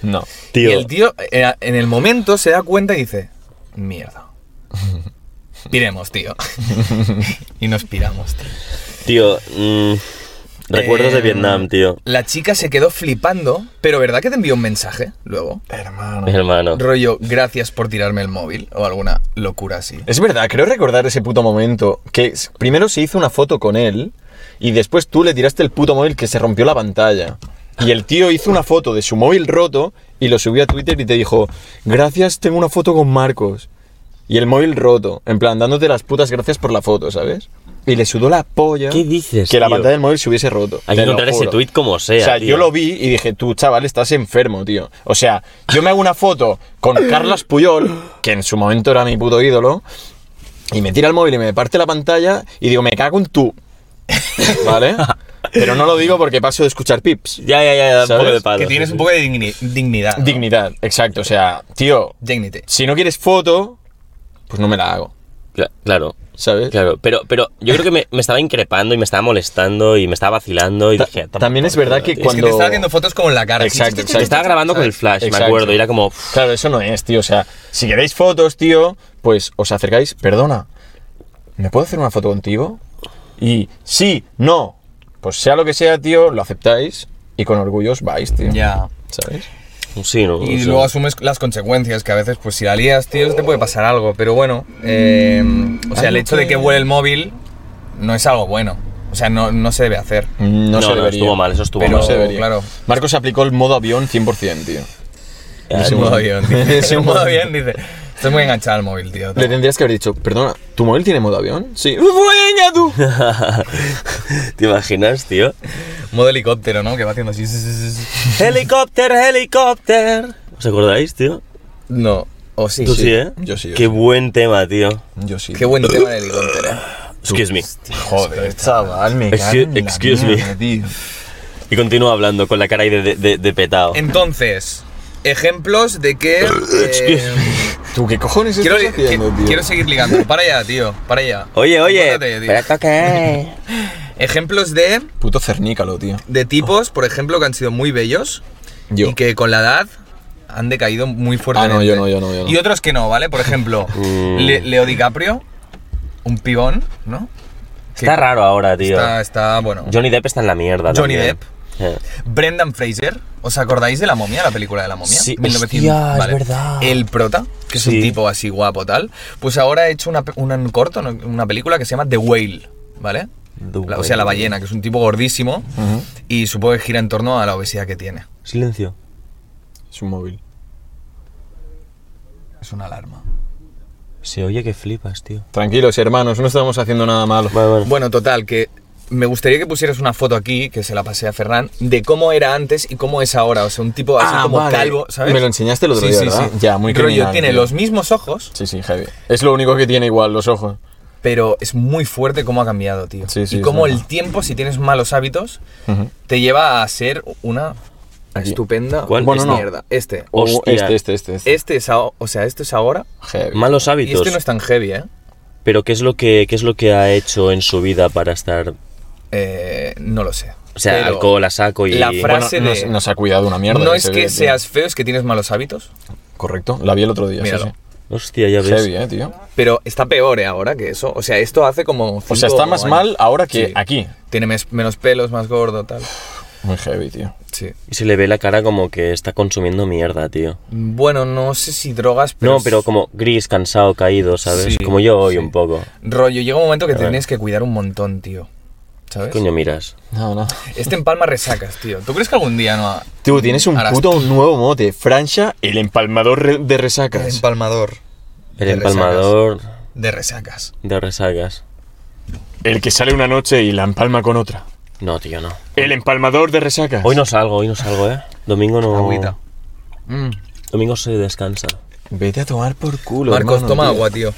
[SPEAKER 3] No.
[SPEAKER 2] Tío.
[SPEAKER 1] Y el tío eh, en el momento se da cuenta y dice,
[SPEAKER 2] <laughs>
[SPEAKER 1] mierda. Piremos, tío. <laughs> y nos piramos, tío.
[SPEAKER 2] Tío, mm, recuerdos de
[SPEAKER 1] Eh,
[SPEAKER 2] Vietnam, tío.
[SPEAKER 1] La chica se quedó flipando, pero ¿verdad que te envió un mensaje luego?
[SPEAKER 3] Hermano.
[SPEAKER 2] Hermano.
[SPEAKER 1] Rollo, gracias por tirarme el móvil o alguna locura así.
[SPEAKER 2] Eh,
[SPEAKER 3] Es verdad, creo recordar ese puto momento que s- primero se hizo una foto con él y después tú le tiraste el puto móvil que se rompió la pantalla. Y el tío hizo una foto de su móvil roto y lo subió a Twitter y te dijo, gracias, tengo una foto con Marcos. Y el móvil roto, en plan, dándote las putas gracias por la foto, ¿sabes? Y le sudó la polla
[SPEAKER 2] ¿Qué dices,
[SPEAKER 3] que la
[SPEAKER 2] tío?
[SPEAKER 3] pantalla del móvil se hubiese roto.
[SPEAKER 2] Hay
[SPEAKER 3] te
[SPEAKER 2] que
[SPEAKER 3] lo
[SPEAKER 2] encontrar ese
[SPEAKER 3] juro.
[SPEAKER 2] tweet como sea.
[SPEAKER 3] O sea,
[SPEAKER 2] tío.
[SPEAKER 3] yo lo vi y dije, tú, chaval, estás enfermo, tío. O sea, yo me hago una foto con Carlas Puyol, que en su momento era mi puto ídolo, y me tira el móvil y me parte la pantalla y digo, me cago en tú. ¿Vale? Pero no lo digo porque paso de escuchar pips.
[SPEAKER 2] Ya, ya, ya, da un
[SPEAKER 3] ¿Sabes?
[SPEAKER 2] poco de palo.
[SPEAKER 1] que tienes
[SPEAKER 2] sí,
[SPEAKER 1] un
[SPEAKER 2] sí.
[SPEAKER 1] poco de digni- dignidad. ¿no?
[SPEAKER 3] Dignidad, exacto. O sea, tío,
[SPEAKER 1] Dignity.
[SPEAKER 3] si no quieres foto, pues no me la hago.
[SPEAKER 2] Cla- Claro.
[SPEAKER 3] ¿Sabes?
[SPEAKER 2] Claro, pero, pero yo creo que me, me estaba increpando y me estaba molestando y me estaba vacilando y
[SPEAKER 3] Ta-
[SPEAKER 2] dije... "Toma
[SPEAKER 3] también
[SPEAKER 2] por
[SPEAKER 3] es verdad
[SPEAKER 2] culo,
[SPEAKER 3] que
[SPEAKER 1] Es
[SPEAKER 2] tío".
[SPEAKER 1] que
[SPEAKER 3] Cuando-
[SPEAKER 1] te estaba haciendo fotos como en la cara. así,
[SPEAKER 3] Exacto,
[SPEAKER 2] Te
[SPEAKER 3] exacto.
[SPEAKER 2] estaba grabando con el flash, me
[SPEAKER 3] Exacto.
[SPEAKER 2] acuerdo, y era como...
[SPEAKER 3] Claro, eso no es, tío. O sea, si queréis fotos, tío, pues os acercáis. Perdona, ¿me puedo hacer una foto contigo? Y sí, no. Pues sea lo que sea, tío, lo aceptáis y con orgullo os vais, tío.
[SPEAKER 1] Ya.
[SPEAKER 3] ¿Sabes?
[SPEAKER 2] Sí, no,
[SPEAKER 1] Y
[SPEAKER 2] o sea,
[SPEAKER 1] luego asumes las consecuencias, que a veces, pues si la lías, tío, te puede pasar algo. Pero bueno, eh, o sea, el hecho de que huele el móvil no es algo bueno. O sea, no, no se debe hacer.
[SPEAKER 3] No,
[SPEAKER 2] No,
[SPEAKER 3] se
[SPEAKER 2] no,
[SPEAKER 3] debería.
[SPEAKER 2] estuvo mal, eso estuvo
[SPEAKER 3] Pero
[SPEAKER 1] mal.
[SPEAKER 3] No se debería.
[SPEAKER 1] Claro.
[SPEAKER 3] Marcos aplicó el modo avión 100%, tío.
[SPEAKER 2] ya,
[SPEAKER 1] Es
[SPEAKER 2] tío.
[SPEAKER 1] un modo avión, dice. Es
[SPEAKER 3] Sí,
[SPEAKER 1] un
[SPEAKER 3] modo
[SPEAKER 1] modo avión, dice. Estoy muy enganchado al móvil, tío.
[SPEAKER 3] Le tendrías que haber dicho, perdona, ¿tu móvil tiene modo avión? Sí. ¡Venga tú!
[SPEAKER 2] <laughs> ¿Te imaginas, tío?
[SPEAKER 1] Modo helicóptero, ¿no? Que va haciendo así. sí, sí, sí, sí.
[SPEAKER 2] ¡Helicóptero, helicóptero! ¿Os acordáis, tío?
[SPEAKER 1] No. O sí.
[SPEAKER 2] Tú sí,
[SPEAKER 1] sí.
[SPEAKER 2] ¿eh?
[SPEAKER 3] yo sí, yo
[SPEAKER 2] Qué
[SPEAKER 3] sí.
[SPEAKER 2] buen tema, tío.
[SPEAKER 3] Yo sí.
[SPEAKER 1] Qué buen tema del helicóptero. ¿eh?
[SPEAKER 2] Excuse me.
[SPEAKER 3] Joder, chaval, me
[SPEAKER 2] Excuse-
[SPEAKER 3] cago en la
[SPEAKER 2] excuse me.
[SPEAKER 3] mierda, tío.
[SPEAKER 2] Y continúa hablando con la cara ahí de, de, de- de petao.
[SPEAKER 1] Entonces, ejemplos de que. eh,
[SPEAKER 2] Excuse
[SPEAKER 3] ¿Tú qué cojones
[SPEAKER 1] quiero,
[SPEAKER 3] estás haciendo,
[SPEAKER 1] qui-
[SPEAKER 3] tío?
[SPEAKER 1] quiero seguir ligando. Para allá, tío. Para allá.
[SPEAKER 2] Oye, oye,
[SPEAKER 1] Acuérdate, tío. Ejemplos de.
[SPEAKER 3] Puto cernícalo, tío.
[SPEAKER 1] de tipos, por ejemplo, que han sido muy bellos
[SPEAKER 3] Yo.
[SPEAKER 1] y que con la edad han decaído muy fuertemente.
[SPEAKER 3] Ah, no, yo no, yo no, yo no. Uh.
[SPEAKER 1] Y otros que no, ¿vale? Por
[SPEAKER 3] <laughs>
[SPEAKER 1] ejemplo, Le- Leo DiCaprio, un pibón, ¿no? Que
[SPEAKER 2] Está raro ahora, tío.
[SPEAKER 1] Está, está, bueno.
[SPEAKER 2] Johnny Depp está en la mierda
[SPEAKER 1] Johnny
[SPEAKER 2] también.
[SPEAKER 1] Depp.
[SPEAKER 2] Eh.
[SPEAKER 1] Brendan Fraser, ¿os acordáis de La Momia, la película de La Momia?
[SPEAKER 2] Sí,
[SPEAKER 1] 1900,
[SPEAKER 2] hostia, es verdad.
[SPEAKER 1] El prota, que es
[SPEAKER 2] Sí.
[SPEAKER 1] un tipo así guapo tal, pues ahora ha hecho una, pe- una- un corto, ¿no? una película que se llama The Whale, ¿vale?
[SPEAKER 2] The
[SPEAKER 1] La- o sea,
[SPEAKER 2] Whale.
[SPEAKER 1] la ballena, que es un tipo gordísimo y supongo que gira en torno a la obesidad que tiene.
[SPEAKER 2] Silencio.
[SPEAKER 3] Es un móvil.
[SPEAKER 1] Es una alarma.
[SPEAKER 2] Se oye que flipas, tío.
[SPEAKER 3] Tranquilos, hermanos, no estamos haciendo nada malo.
[SPEAKER 2] Vale, vale.
[SPEAKER 1] Bueno, total, que me gustaría que pusieras una foto aquí, que se la pasé a Ferran, de cómo era antes y cómo es ahora. O sea, un tipo así
[SPEAKER 3] Ah,
[SPEAKER 1] como
[SPEAKER 3] vale.
[SPEAKER 1] calvo, ¿sabes?
[SPEAKER 3] Me lo enseñaste el otro
[SPEAKER 1] sí,
[SPEAKER 3] día,
[SPEAKER 1] sí,
[SPEAKER 3] ¿verdad?
[SPEAKER 1] sí.
[SPEAKER 3] Ya, muy
[SPEAKER 1] Rollo,
[SPEAKER 3] criminal,
[SPEAKER 1] tiene
[SPEAKER 3] tío.
[SPEAKER 1] los mismos ojos,
[SPEAKER 3] Sí, sí, heavy. Es lo único que tiene igual, los ojos.
[SPEAKER 1] pero es muy fuerte cómo ha cambiado, tío.
[SPEAKER 3] Sí, sí,
[SPEAKER 1] y
[SPEAKER 3] es
[SPEAKER 1] cómo
[SPEAKER 3] verdad.
[SPEAKER 1] el tiempo, si tienes malos hábitos,
[SPEAKER 3] Ujú.
[SPEAKER 1] te lleva a ser una
[SPEAKER 3] Aquí.
[SPEAKER 1] estupenda
[SPEAKER 2] ¿Cuál?
[SPEAKER 1] Bueno,
[SPEAKER 3] no.
[SPEAKER 1] mierda. Este.
[SPEAKER 3] Oh,
[SPEAKER 2] Hostia.
[SPEAKER 3] este, este, este, este.
[SPEAKER 1] Este es ahora, o sea, este es ahora
[SPEAKER 3] Heavy.
[SPEAKER 2] Malos
[SPEAKER 1] y
[SPEAKER 2] hábitos.
[SPEAKER 1] este no es tan heavy, ¿eh?
[SPEAKER 2] Pero ¿qué es, lo que, ¿qué es lo que ha hecho en su vida para estar...
[SPEAKER 1] Eh, no lo sé.
[SPEAKER 2] O sea,
[SPEAKER 1] Pero
[SPEAKER 2] alcohol a saco y...
[SPEAKER 1] la
[SPEAKER 3] Bueno,
[SPEAKER 1] frase
[SPEAKER 3] nos,
[SPEAKER 1] de-
[SPEAKER 3] nos ha cuidado una mierda.
[SPEAKER 1] No es
[SPEAKER 3] ese
[SPEAKER 1] que
[SPEAKER 3] tío.
[SPEAKER 1] seas feo, es que tienes malos hábitos,
[SPEAKER 3] Correcto, la vi el otro día. sí,
[SPEAKER 1] Míralo.
[SPEAKER 3] sí.
[SPEAKER 2] Hostia, ya ves.
[SPEAKER 3] Heavy, eh, tío.
[SPEAKER 1] pero está peor ¿eh? ahora que eso. O sea, esto hace como.
[SPEAKER 3] O sea,
[SPEAKER 1] cinco
[SPEAKER 3] está más
[SPEAKER 1] años.
[SPEAKER 3] mal ahora que
[SPEAKER 1] Sí.
[SPEAKER 3] aquí.
[SPEAKER 1] Tiene mes- menos pelos, más gordo, tal.
[SPEAKER 3] Muy heavy, tío.
[SPEAKER 1] Sí.
[SPEAKER 2] Y se le ve la cara como que está consumiendo mierda, tío.
[SPEAKER 1] Bueno, no sé si drogas, pero.
[SPEAKER 2] no, pero como gris, cansado, caído, ¿sabes?
[SPEAKER 1] Sí,
[SPEAKER 2] como yo hoy
[SPEAKER 1] sí.
[SPEAKER 2] un poco.
[SPEAKER 1] Rollo, llega un momento que te tienes que cuidar un montón, tío. ¿Sabes?
[SPEAKER 2] Coño, miras.
[SPEAKER 3] No, no.
[SPEAKER 1] Este empalma resacas, tío. ¿Tú crees que algún día no.? ha-
[SPEAKER 3] Tú tienes un
[SPEAKER 1] harás-
[SPEAKER 2] <laughs>
[SPEAKER 3] puto nuevo mote. Francia, el empalmador re- de resacas.
[SPEAKER 1] Empalmador
[SPEAKER 2] El
[SPEAKER 1] De
[SPEAKER 2] empalmador
[SPEAKER 1] de resacas.
[SPEAKER 2] de resagas.
[SPEAKER 3] el que sale una noche y la empalma con otra.
[SPEAKER 2] No, tío, no.
[SPEAKER 3] El empalmador de resacas.
[SPEAKER 2] Hoy no salgo, hoy no salgo, ¿eh? Domingo no...
[SPEAKER 1] Agüita.
[SPEAKER 2] Domingo se descansa.
[SPEAKER 3] Vete a tomar por culo.
[SPEAKER 1] Marcos,
[SPEAKER 3] hermano,
[SPEAKER 1] toma
[SPEAKER 3] tío.
[SPEAKER 1] agua, tío.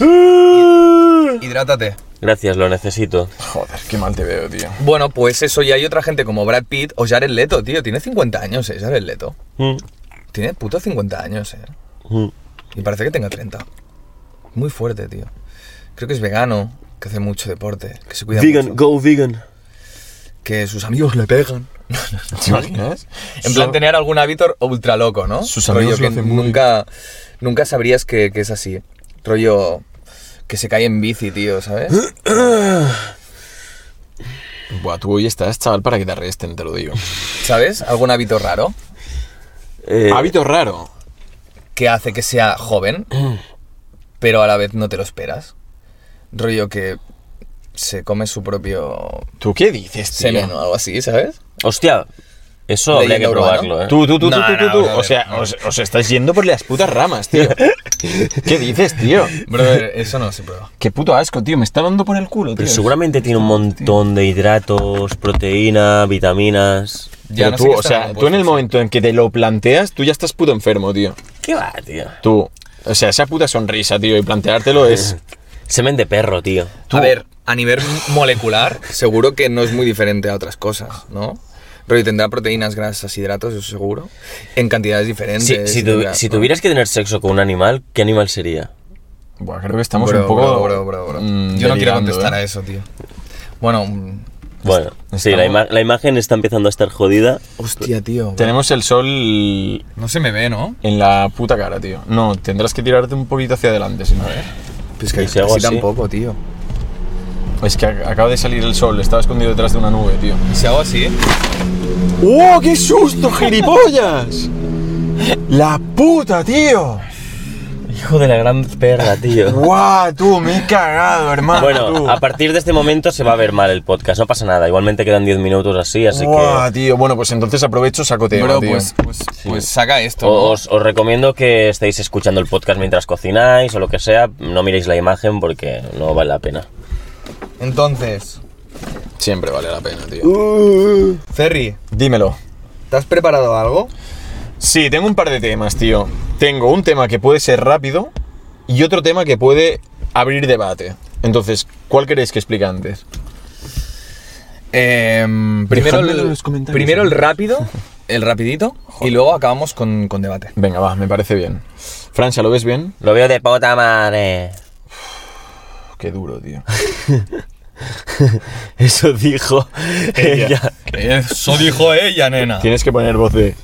[SPEAKER 2] ¡Ah!
[SPEAKER 1] Hidrátate.
[SPEAKER 2] Gracias, lo necesito.
[SPEAKER 3] Joder, qué mal te veo, tío.
[SPEAKER 1] Bueno, pues eso, y hay otra gente como Brad Pitt o Jared Leto, tío. Tiene 50 años, eh, Jared Leto.
[SPEAKER 2] Mm,
[SPEAKER 1] Tiene puto 50 años, eh.
[SPEAKER 2] mm.
[SPEAKER 1] Y parece que tenga 30. Muy fuerte, tío. Creo que es vegano, que hace mucho deporte, que se cuida
[SPEAKER 2] Vegan,
[SPEAKER 1] mucho,
[SPEAKER 2] go vegan.
[SPEAKER 1] que sus amigos le pegan. <laughs>
[SPEAKER 3] ¿Te imaginas?
[SPEAKER 1] En plan, tener algún hábito ultra loco, ¿no?
[SPEAKER 3] Sus amigos
[SPEAKER 1] Rollo
[SPEAKER 3] lo
[SPEAKER 1] que
[SPEAKER 3] hacen muy-
[SPEAKER 1] nunca, nunca sabrías que, que es así. Rollo que se cae en bici, tío,
[SPEAKER 3] <gasps>
[SPEAKER 1] ¿sabes?
[SPEAKER 3] Buah, tú hoy estás, chaval, para que te arresten, te lo digo.
[SPEAKER 1] ¿Sabes? ¿Algún hábito raro
[SPEAKER 2] Eh,
[SPEAKER 3] Hábito raro.
[SPEAKER 1] que hace que sea joven, pero a la vez no te lo esperas? Rollo que se come su propio
[SPEAKER 3] ¿Tú qué dices, tío?
[SPEAKER 1] semen o algo así, ¿sabes?
[SPEAKER 2] Hostia, eso habría que
[SPEAKER 1] Leyenda urbana.
[SPEAKER 2] probarlo, ¿eh?
[SPEAKER 3] Tú, tú, tú,
[SPEAKER 1] No,
[SPEAKER 3] tú, tú,
[SPEAKER 1] no,
[SPEAKER 3] tú, tú.
[SPEAKER 1] brother,
[SPEAKER 3] O sea,
[SPEAKER 1] no.
[SPEAKER 3] os, os estáis yendo por las putas ramas, <laughs> tío. ¿Qué dices, tío?
[SPEAKER 1] Brother, eso no se prueba.
[SPEAKER 3] Qué puto asco, tío. Me está dando por el culo, tío.
[SPEAKER 2] Pero seguramente tiene un montón de hidratos, proteína, vitaminas.
[SPEAKER 1] Ya
[SPEAKER 3] Pero
[SPEAKER 1] no sé
[SPEAKER 3] tú,
[SPEAKER 1] qué
[SPEAKER 3] o sea,
[SPEAKER 1] estarán
[SPEAKER 3] tú en el
[SPEAKER 1] puestos.
[SPEAKER 3] momento en que te lo planteas, tú ya estás puto enfermo, tío.
[SPEAKER 2] ¿Qué va, tío?
[SPEAKER 3] Tú. O sea, esa puta sonrisa, tío, y planteártelo es...
[SPEAKER 2] Semen de perro, tío.
[SPEAKER 1] A ver, a nivel molecular, seguro que no es muy diferente a otras cosas, ¿no? Pero tendrá proteínas, grasas, hidratos, eso seguro. En cantidades diferentes.
[SPEAKER 2] Si, si, tu-
[SPEAKER 1] tendrá-
[SPEAKER 2] si tuvieras que tener sexo con un animal, ¿qué animal sería?
[SPEAKER 3] <laughs> Buah, creo que estamos
[SPEAKER 1] Bro,
[SPEAKER 3] un poco...
[SPEAKER 1] bro, bro, bro, bro.
[SPEAKER 3] mm,
[SPEAKER 1] Yo no quiero
[SPEAKER 3] delirando,
[SPEAKER 1] contestar
[SPEAKER 3] ¿eh?
[SPEAKER 1] a eso, tío. Bueno, mm,
[SPEAKER 2] Bueno, sí, la, ima- la imagen está empezando a estar jodida.
[SPEAKER 1] hostia, tío. bro.
[SPEAKER 3] Tenemos el sol en
[SPEAKER 1] No se me ve, ¿no?
[SPEAKER 3] la puta cara, tío. No, tendrás que tirarte un poquito hacia adelante, si no... ¿eh?
[SPEAKER 1] Pues que
[SPEAKER 2] Y si hago
[SPEAKER 1] así
[SPEAKER 2] así.
[SPEAKER 1] tampoco, tío.
[SPEAKER 3] Es que ac- acaba de salir el sol, estaba escondido detrás de una nube, tío.
[SPEAKER 1] Y si hago así,
[SPEAKER 3] ¡Oh, qué susto, gilipollas! ¡La puta, tío!
[SPEAKER 2] Hijo de la gran perra, tío.
[SPEAKER 3] ¡Guau, tú, me he cagado, hermano!
[SPEAKER 2] Bueno, a partir de este momento se va a ver mal el podcast, no pasa nada. Igualmente quedan 10 minutos así, así
[SPEAKER 3] Guau,
[SPEAKER 2] que...
[SPEAKER 3] tío. Bueno, pues entonces aprovecho, saco tema,
[SPEAKER 1] bro,
[SPEAKER 3] tío.
[SPEAKER 1] pues, pues, pues saca esto. ¿no?
[SPEAKER 2] O- Os, os recomiendo que estéis escuchando el podcast mientras cocináis o lo que sea. No miréis la imagen porque no vale la pena.
[SPEAKER 1] Entonces,
[SPEAKER 3] Siempre vale la pena, tío.
[SPEAKER 1] Ferry,
[SPEAKER 3] Uh. Dímelo.
[SPEAKER 1] ¿te has preparado algo?
[SPEAKER 3] Sí, tengo un par de temas, tío. Tengo un tema que puede ser rápido y otro tema que puede abrir debate. Entonces, ¿cuál queréis que explique antes?
[SPEAKER 1] Em, primero,
[SPEAKER 3] Dejádmelo en
[SPEAKER 1] el,
[SPEAKER 3] los comentarios,
[SPEAKER 1] primero el
[SPEAKER 3] ¿no?
[SPEAKER 1] rápido, el rapidito, y luego acabamos con, con debate.
[SPEAKER 3] Venga, va, me parece bien. Francia, ¿lo ves bien?
[SPEAKER 2] Lo veo de puta madre. <laughs>
[SPEAKER 3] Uf, qué duro, tío.
[SPEAKER 2] Eso
[SPEAKER 3] <laughs>
[SPEAKER 2] dijo ella.
[SPEAKER 1] Eso dijo ella, nena.
[SPEAKER 3] Tienes que poner voz de...